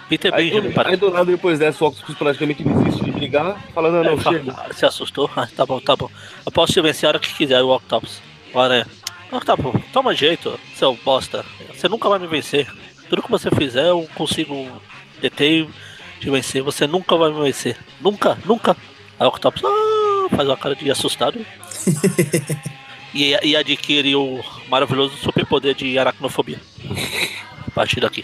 Speaker 1: Peter
Speaker 3: Aí,
Speaker 1: Benjamin,
Speaker 3: do,
Speaker 1: para.
Speaker 3: aí do nada, depois dessa, o Octopus praticamente desiste de brigar, fala, não, não,
Speaker 1: Ele fala,
Speaker 3: chega.
Speaker 1: "Ah, Se assustou? Ah, tá bom, tá bom. Eu posso te vencer a hora que quiser, o Octopus. Olha, ah, tá bom, toma jeito, seu bosta. Você nunca vai me vencer. Tudo que você fizer, eu consigo deter e te vencer. Você nunca vai me vencer. Nunca, nunca. Aí o Octopus "Ah", faz uma cara de assustado. e, e adquire o maravilhoso superpoder de aracnofobia. A partir daqui.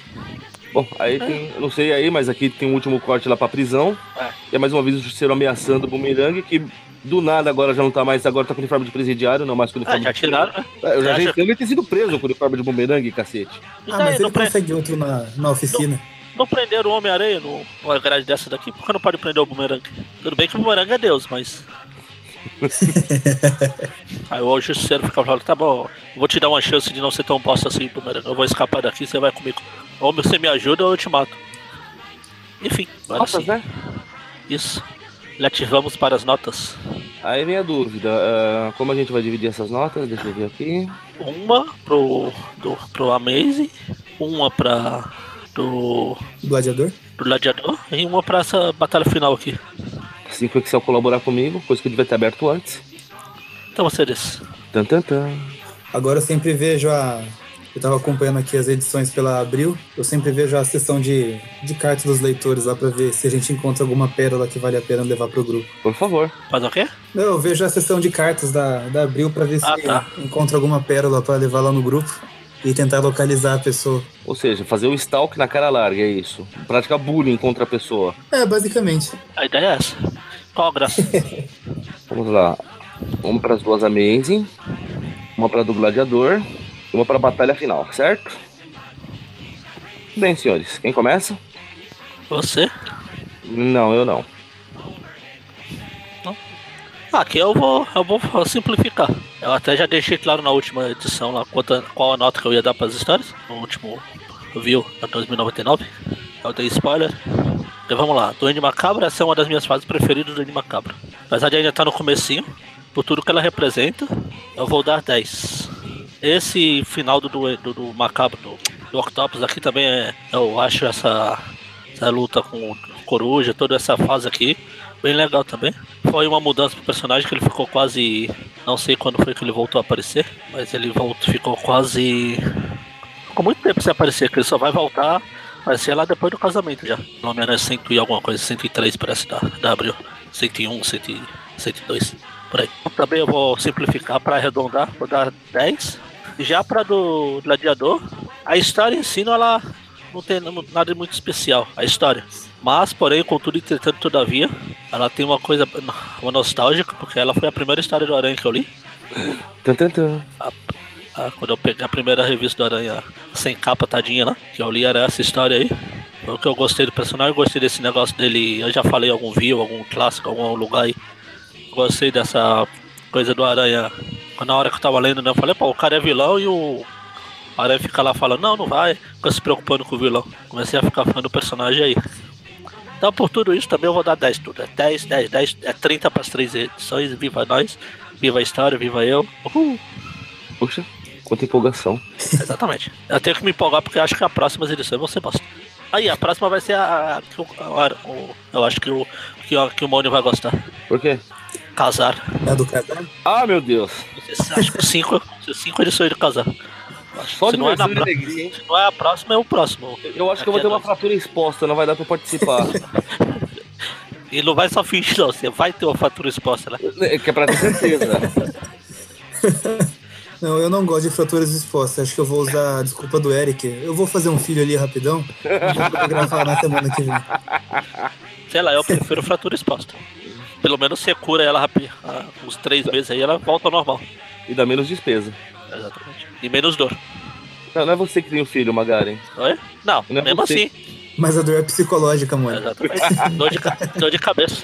Speaker 3: Bom, aí tem, eu não sei aí, mas aqui tem um último corte lá pra prisão.
Speaker 1: É.
Speaker 3: E é mais uma vez o Justiceiro ameaçando o Bumerangue, que do nada agora já não tá mais, agora tá com uniforme de presidiário, não mais com
Speaker 2: Então,
Speaker 1: Ah,
Speaker 3: uniforme
Speaker 1: já
Speaker 3: de-
Speaker 1: tiraram, né?
Speaker 3: Ah, Eu já
Speaker 1: Já
Speaker 3: achei
Speaker 1: já-
Speaker 3: que ele ter sido preso com o uniforme de bumerangue, cacete.
Speaker 1: E
Speaker 2: Ah,
Speaker 1: daí?
Speaker 2: mas
Speaker 1: Não
Speaker 2: ele
Speaker 1: pre-
Speaker 2: consegue outro na, na oficina.
Speaker 1: Não prenderam o Homem-Aranha no- numa grade dessa daqui, por que não pode prender o bumerangue? Tudo bem que o bumerangue é Deus, mas. Aí o justiceiro fica falando, tá bom, eu vou te dar uma chance de não ser tão bosta assim, bumerangue. Eu vou escapar daqui, você vai comigo. Ou você me ajuda ou eu te mato. Enfim, agora
Speaker 3: Notas,
Speaker 1: sim.
Speaker 3: né?
Speaker 1: Isso. Ele ativamos para as notas.
Speaker 3: Aí vem a dúvida, ah, como a gente vai dividir essas notas? Deixa eu ver aqui.
Speaker 1: Uma pro. do pro Amaze, uma pra. do.
Speaker 2: Gladiador.
Speaker 1: do Gladiador e uma pra essa batalha final aqui.
Speaker 3: 5 Assim Excel colaborar comigo, coisa que eu devia ter aberto antes.
Speaker 1: Então você desce.
Speaker 3: Tan, tan, tan.
Speaker 2: Agora eu sempre vejo a. Eu tava acompanhando aqui as edições pela Abril. Eu sempre vejo a sessão de, de cartas dos leitores lá pra ver se a gente encontra alguma pérola que vale a pena levar pro grupo.
Speaker 3: Por favor.
Speaker 1: Faz o quê?
Speaker 2: Não, eu vejo a sessão de cartas da, da Abril pra ver
Speaker 1: Ah,
Speaker 2: se
Speaker 1: tá.
Speaker 2: encontra alguma pérola pra levar lá no grupo e tentar localizar a pessoa.
Speaker 3: Ou seja, fazer o stalk na cara larga, é isso. Praticar bullying contra a pessoa.
Speaker 2: É, basicamente.
Speaker 1: A ideia é essa. Qual a graça?
Speaker 3: Vamos lá. Vamos para as duas Amazing. Uma para do Gladiador. E uma para a Batalha Final, certo? Bem, senhores, quem começa?
Speaker 1: Você?
Speaker 3: Não, eu não.
Speaker 1: Ah, Aqui eu vou, eu vou simplificar. Eu até já deixei claro na última edição lá quanta, qual a nota que eu ia dar para as histórias. No último view da 2099. Eu dei spoiler. Então vamos lá. Duende Macabra, essa é uma das minhas fases preferidas do Duende Macabra. Apesar de ainda estar no comecinho, por tudo que ela representa, eu vou dar 10. Esse final do, due- do, do Macabro, do, do Octopus aqui também é... Eu acho essa essa né, luta com o Coruja, toda essa fase aqui, bem legal também. Foi uma mudança pro personagem que ele ficou quase. Não sei quando foi que ele voltou a aparecer, mas ele voltou, ficou quase. Ficou muito tempo sem aparecer, que ele só vai voltar. Vai ser lá depois do casamento já. Pelo menos 100 e alguma coisa, 103 parece da, da Abril. 101, 100, 102, por aí. Também eu vou simplificar para arredondar, vou dar 10. Já para do Gladiador, a história em si, ela não tem n- nada de muito especial, a história. Mas, porém, contudo, entretanto, todavia, ela tem uma coisa uma nostálgica, porque ela foi a primeira história do Aranha que eu li.
Speaker 3: Tan, tan, tan.
Speaker 1: Ah, quando eu peguei a primeira revista do Aranha sem capa, tadinha lá, que eu li era essa história aí. Foi o que eu gostei do personagem, eu gostei desse negócio dele. Eu já falei em algum view, algum clássico, algum lugar aí. Gostei dessa coisa do Aranha. Na hora que eu tava lendo, né, eu falei, pô, o cara é vilão e o Aranha fica lá falando, não, não vai, fica se preocupando com o vilão. Comecei a ficar fã do personagem aí. Então, por tudo isso, também eu vou dar 10 tudo. É 10, 10, 10, é 30 para as três edições. Viva nós, viva a história, viva eu. Uhul!
Speaker 3: Puxa, quanta empolgação.
Speaker 1: Exatamente. Eu tenho que me empolgar porque eu acho que a próxima edição você bosta. Aí, a próxima vai ser a. a- que o- a- o- eu acho que o, que, o- que o Mônio vai gostar.
Speaker 3: Por quê?
Speaker 1: Casar.
Speaker 2: É a do casal?
Speaker 3: Ah, meu Deus.
Speaker 1: Vocês- Acho que cinco, cinco edições do casar.
Speaker 3: Só
Speaker 1: Se não é na
Speaker 3: diversão e
Speaker 1: pra-
Speaker 3: alegria, hein?
Speaker 1: Se não é a próxima, é o próximo. é
Speaker 3: Eu acho que eu vou ter uma fratura exposta, não vai dar pra eu participar.
Speaker 1: E não vai só fingir, não. Você vai ter uma fatura exposta, né?
Speaker 3: É que é pra ter certeza.
Speaker 2: Não, eu não gosto de fraturas expostas. Acho que eu vou usar a desculpa do Eric. Eu vou fazer um filho ali rapidão. Não vou poder gravar na semana que vem.
Speaker 1: Sei lá, eu prefiro fratura exposta. Pelo menos você cura ela rápido. Ah, Uns três meses aí ela volta ao normal.
Speaker 3: E dá menos despesa.
Speaker 1: Exatamente. E menos dor.
Speaker 3: Não, não é você que tem o filho, Magaren.
Speaker 1: Oi? Não,
Speaker 3: Não é
Speaker 1: mesmo
Speaker 3: você.
Speaker 1: assim.
Speaker 2: Mas a dor é psicológica, mano.
Speaker 1: Exatamente. dor, de, ca- dor de cabeça.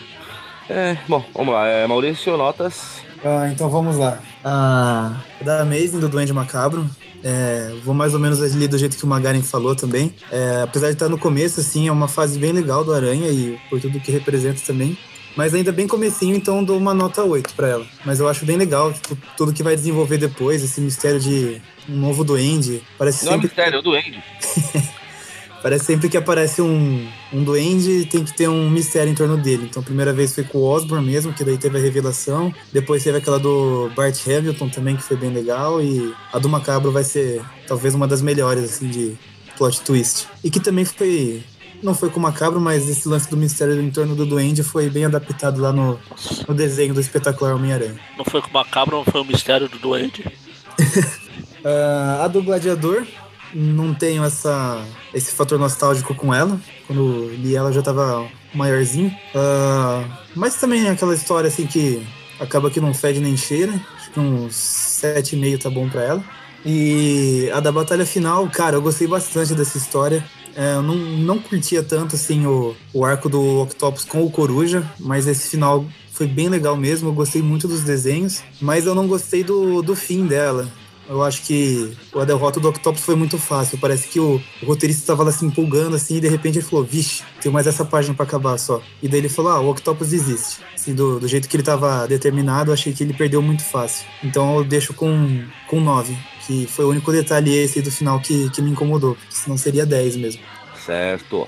Speaker 3: É, bom, vamos lá. É, Maurício, notas.
Speaker 2: Ah, então vamos lá. Ah, da Amazing, do Duende Macabro. É, vou mais ou menos ali do jeito que o Magaren falou também. É, apesar de estar no começo, assim, é uma fase bem legal do Aranha e por tudo que representa também. Mas ainda bem comecinho, então dou uma nota 8 pra ela. Mas eu acho bem legal, tipo, tudo que vai desenvolver depois, esse mistério de um novo duende. Parece
Speaker 3: Não é
Speaker 2: sempre
Speaker 3: mistério, é o Duende.
Speaker 2: Parece sempre que aparece um, um duende tem que ter um mistério em torno dele. Então, a primeira vez foi com o Osborn mesmo, que daí teve a revelação. Depois teve aquela do Bart Hamilton também, que foi bem legal. E a do Macabro vai ser talvez uma das melhores, assim, de plot twist. E que também foi. Não foi com o Macabro, mas esse lance do mistério em torno do duende foi bem adaptado lá no, no desenho do espetacular Homem-Aranha.
Speaker 1: Não foi com o Macabro, não foi o mistério do doente.
Speaker 2: Ah, a do Gladiador, não tenho essa, esse fator nostálgico com ela. Quando li ela já tava maiorzinho. Ah, mas também é aquela história assim que acaba que não fede nem cheira. Acho que uns 7,5 tá bom pra ela. E a da batalha final, cara, eu gostei bastante dessa história. É, eu não, não curtia tanto assim o, o arco do Octopus com o Coruja, mas esse final foi bem legal mesmo. Eu gostei muito dos desenhos, mas eu não gostei do, do fim dela. Eu acho que a derrota do Octopus foi muito fácil. Parece que o, o roteirista estava lá se empolgando assim e de repente ele falou: Vixe, tem mais essa página para acabar só. E daí ele falou: Ah, o Octopus desiste. Assim, do, do jeito que ele estava determinado, eu achei que ele perdeu muito fácil. Então eu deixo com, com 9, que foi o único detalhe esse aí do final que, que me incomodou, porque senão seria 10 mesmo.
Speaker 3: Certo.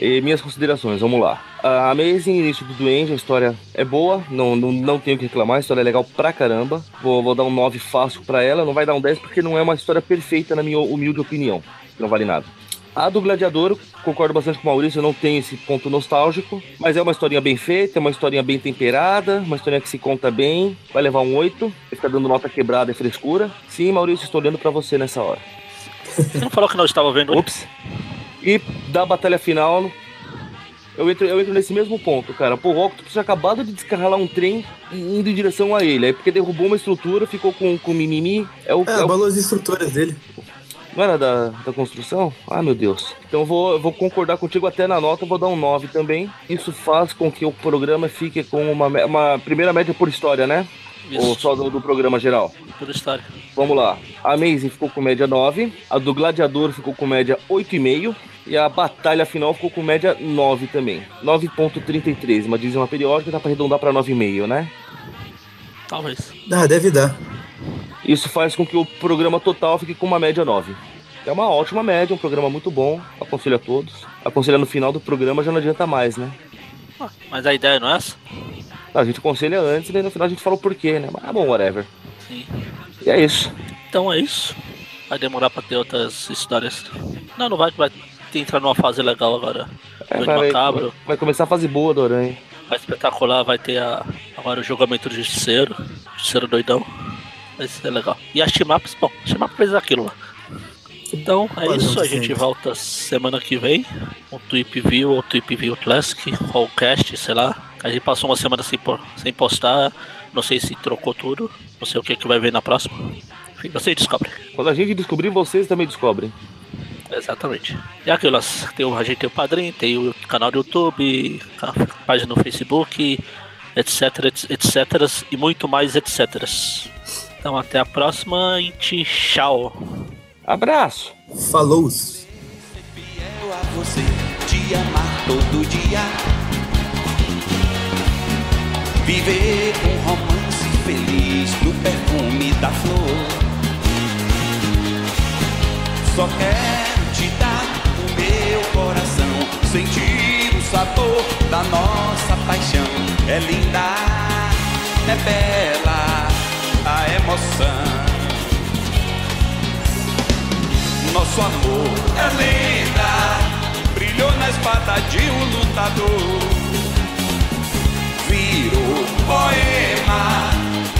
Speaker 3: E minhas considerações, vamos lá. A Amazing, início do Duende, a história é boa, não, não, não tenho o que reclamar, a história é legal pra caramba. Vou, vou dar um 9 fácil pra ela, não vai dar um 10 porque não é uma história perfeita, na minha humilde opinião. Não vale nada. A do Gladiador, concordo bastante com o Maurício, eu não tenho esse ponto nostálgico, mas é uma historinha bem feita, é uma historinha bem temperada, uma historinha que se conta bem, vai levar um 8, vai ficar dando nota quebrada e frescura. Sim, Maurício, estou olhando pra você nessa hora.
Speaker 1: Você não falou que nós estava vendo?
Speaker 3: Ups. E da batalha final, eu entro, eu entro nesse mesmo ponto, cara. Pô, o Octopus tinha acabado de descarregar um trem e indo em direção a ele. Aí porque derrubou uma estrutura, ficou com, com mimimi. É o,
Speaker 2: É,
Speaker 3: é o-
Speaker 2: abalou as estruturas dele.
Speaker 3: Não era da, da construção? Ah, meu Deus. Então vou, vou concordar contigo até na nota, vou dar um 9 também. Isso faz com que o programa fique com uma, me- uma primeira média por história, né? Ou
Speaker 1: Isso,
Speaker 3: só do, do programa geral?
Speaker 1: pela história.
Speaker 3: Vamos lá. A Amazing ficou com média 9, a do Gladiador ficou com média 8,5 e a Batalha Final ficou com média 9 também. 9,33, uma dízima periódica, dá pra arredondar pra 9,5, né?
Speaker 1: Talvez.
Speaker 2: Ah, deve dar.
Speaker 3: Isso faz com que o programa total fique com uma média 9. É uma ótima média, um programa muito bom, aconselho a todos. Aconselho no final do programa já não adianta mais, né?
Speaker 1: Ah, Mas a ideia não é essa?
Speaker 3: A gente aconselha antes e daí no final a gente fala o porquê, né? Mas ah, bom, whatever.
Speaker 1: Sim.
Speaker 3: E é isso.
Speaker 1: Então é isso. Vai demorar pra ter outras histórias. Não, não vai, vai entrar numa fase legal agora.
Speaker 3: É,
Speaker 1: Doido
Speaker 3: vai,
Speaker 1: macabro,
Speaker 3: vai começar a fase boa do Aranha.
Speaker 1: vai espetacular, vai ter a- agora o julgamento do justiceiro. Justiceiro doidão. Vai ser legal. E a Shimaps, bom, a Shimaps fez aquilo lá. Então é
Speaker 2: Olha,
Speaker 1: isso,
Speaker 2: não
Speaker 1: a
Speaker 2: sei.
Speaker 1: gente volta semana que vem. O Tweep View, ou Tweep View Classic, ou Cast, sei lá. A gente passou uma semana sem, po- sem postar, não sei se trocou tudo, não sei o que, que vai ver na próxima. Enfim, você descobre.
Speaker 3: Quando a gente descobrir, vocês também descobrem.
Speaker 1: Exatamente. E aquilo, as- tem o, a gente tem o padrinho, tem o canal do YouTube, a página no Facebook, etc, etc, etc, e muito mais, etc. Então até a próxima e tchau.
Speaker 3: Abraço!
Speaker 2: Falou!
Speaker 4: fiel a você, te amar todo dia. Viver um romance feliz no perfume da flor. Só quero te dar o meu coração, sentir o sabor da nossa paixão. É linda, é bela a emoção. Nosso amor é lenda, brilhou na espada de um lutador. Virou poema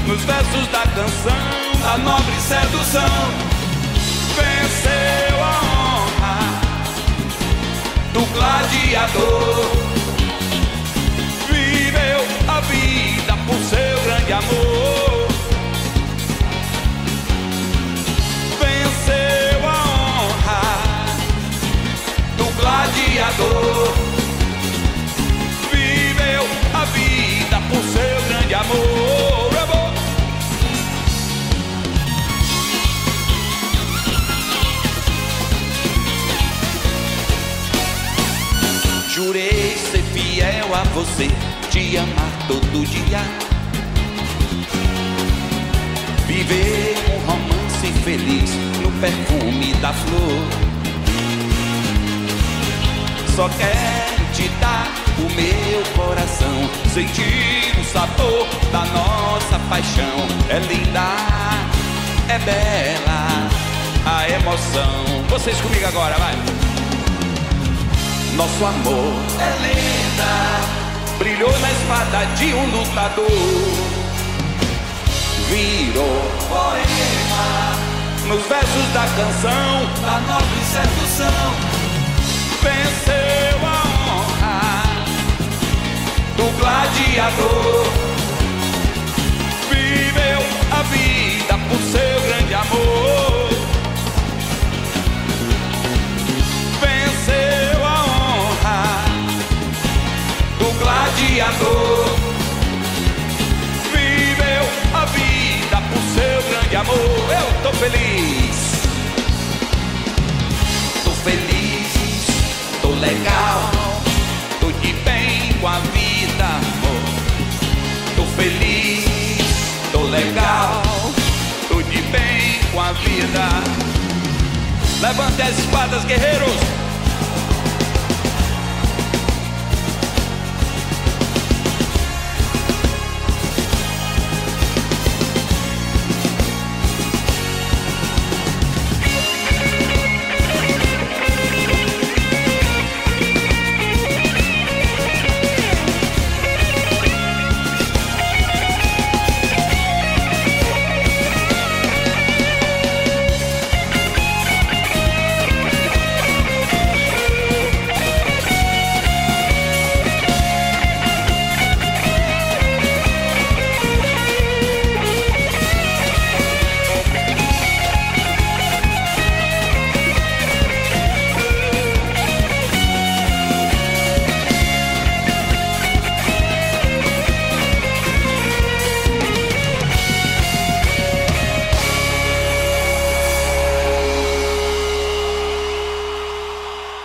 Speaker 4: nos versos da canção da nobre sedução. Venceu a honra do gladiador. Viveu a vida por seu grande amor. venceu a honra do gladiador. Viveu a vida por seu grande amor. Eu vou Jurei ser fiel a você, te amar todo dia. Viver um romance feliz no perfume da flor. só quero te dar o meu coração, sentir o sabor da nossa paixão. É linda, é bela a emoção. Vocês comigo agora, vai. Nosso amor é linda, brilhou na espada de um lutador. Virou poema nos versos da canção da nobre sedução. Venceu a honra do gladiador. Viveu a vida por seu grande amor. Venceu a honra do gladiador. Viveu a vida por seu grande amor. Eu tô feliz. Tô feliz, tô legal, tô de bem com a vida, amor. Tô feliz, tô legal, tô de bem com a vida. Levante as espadas, guerreiros.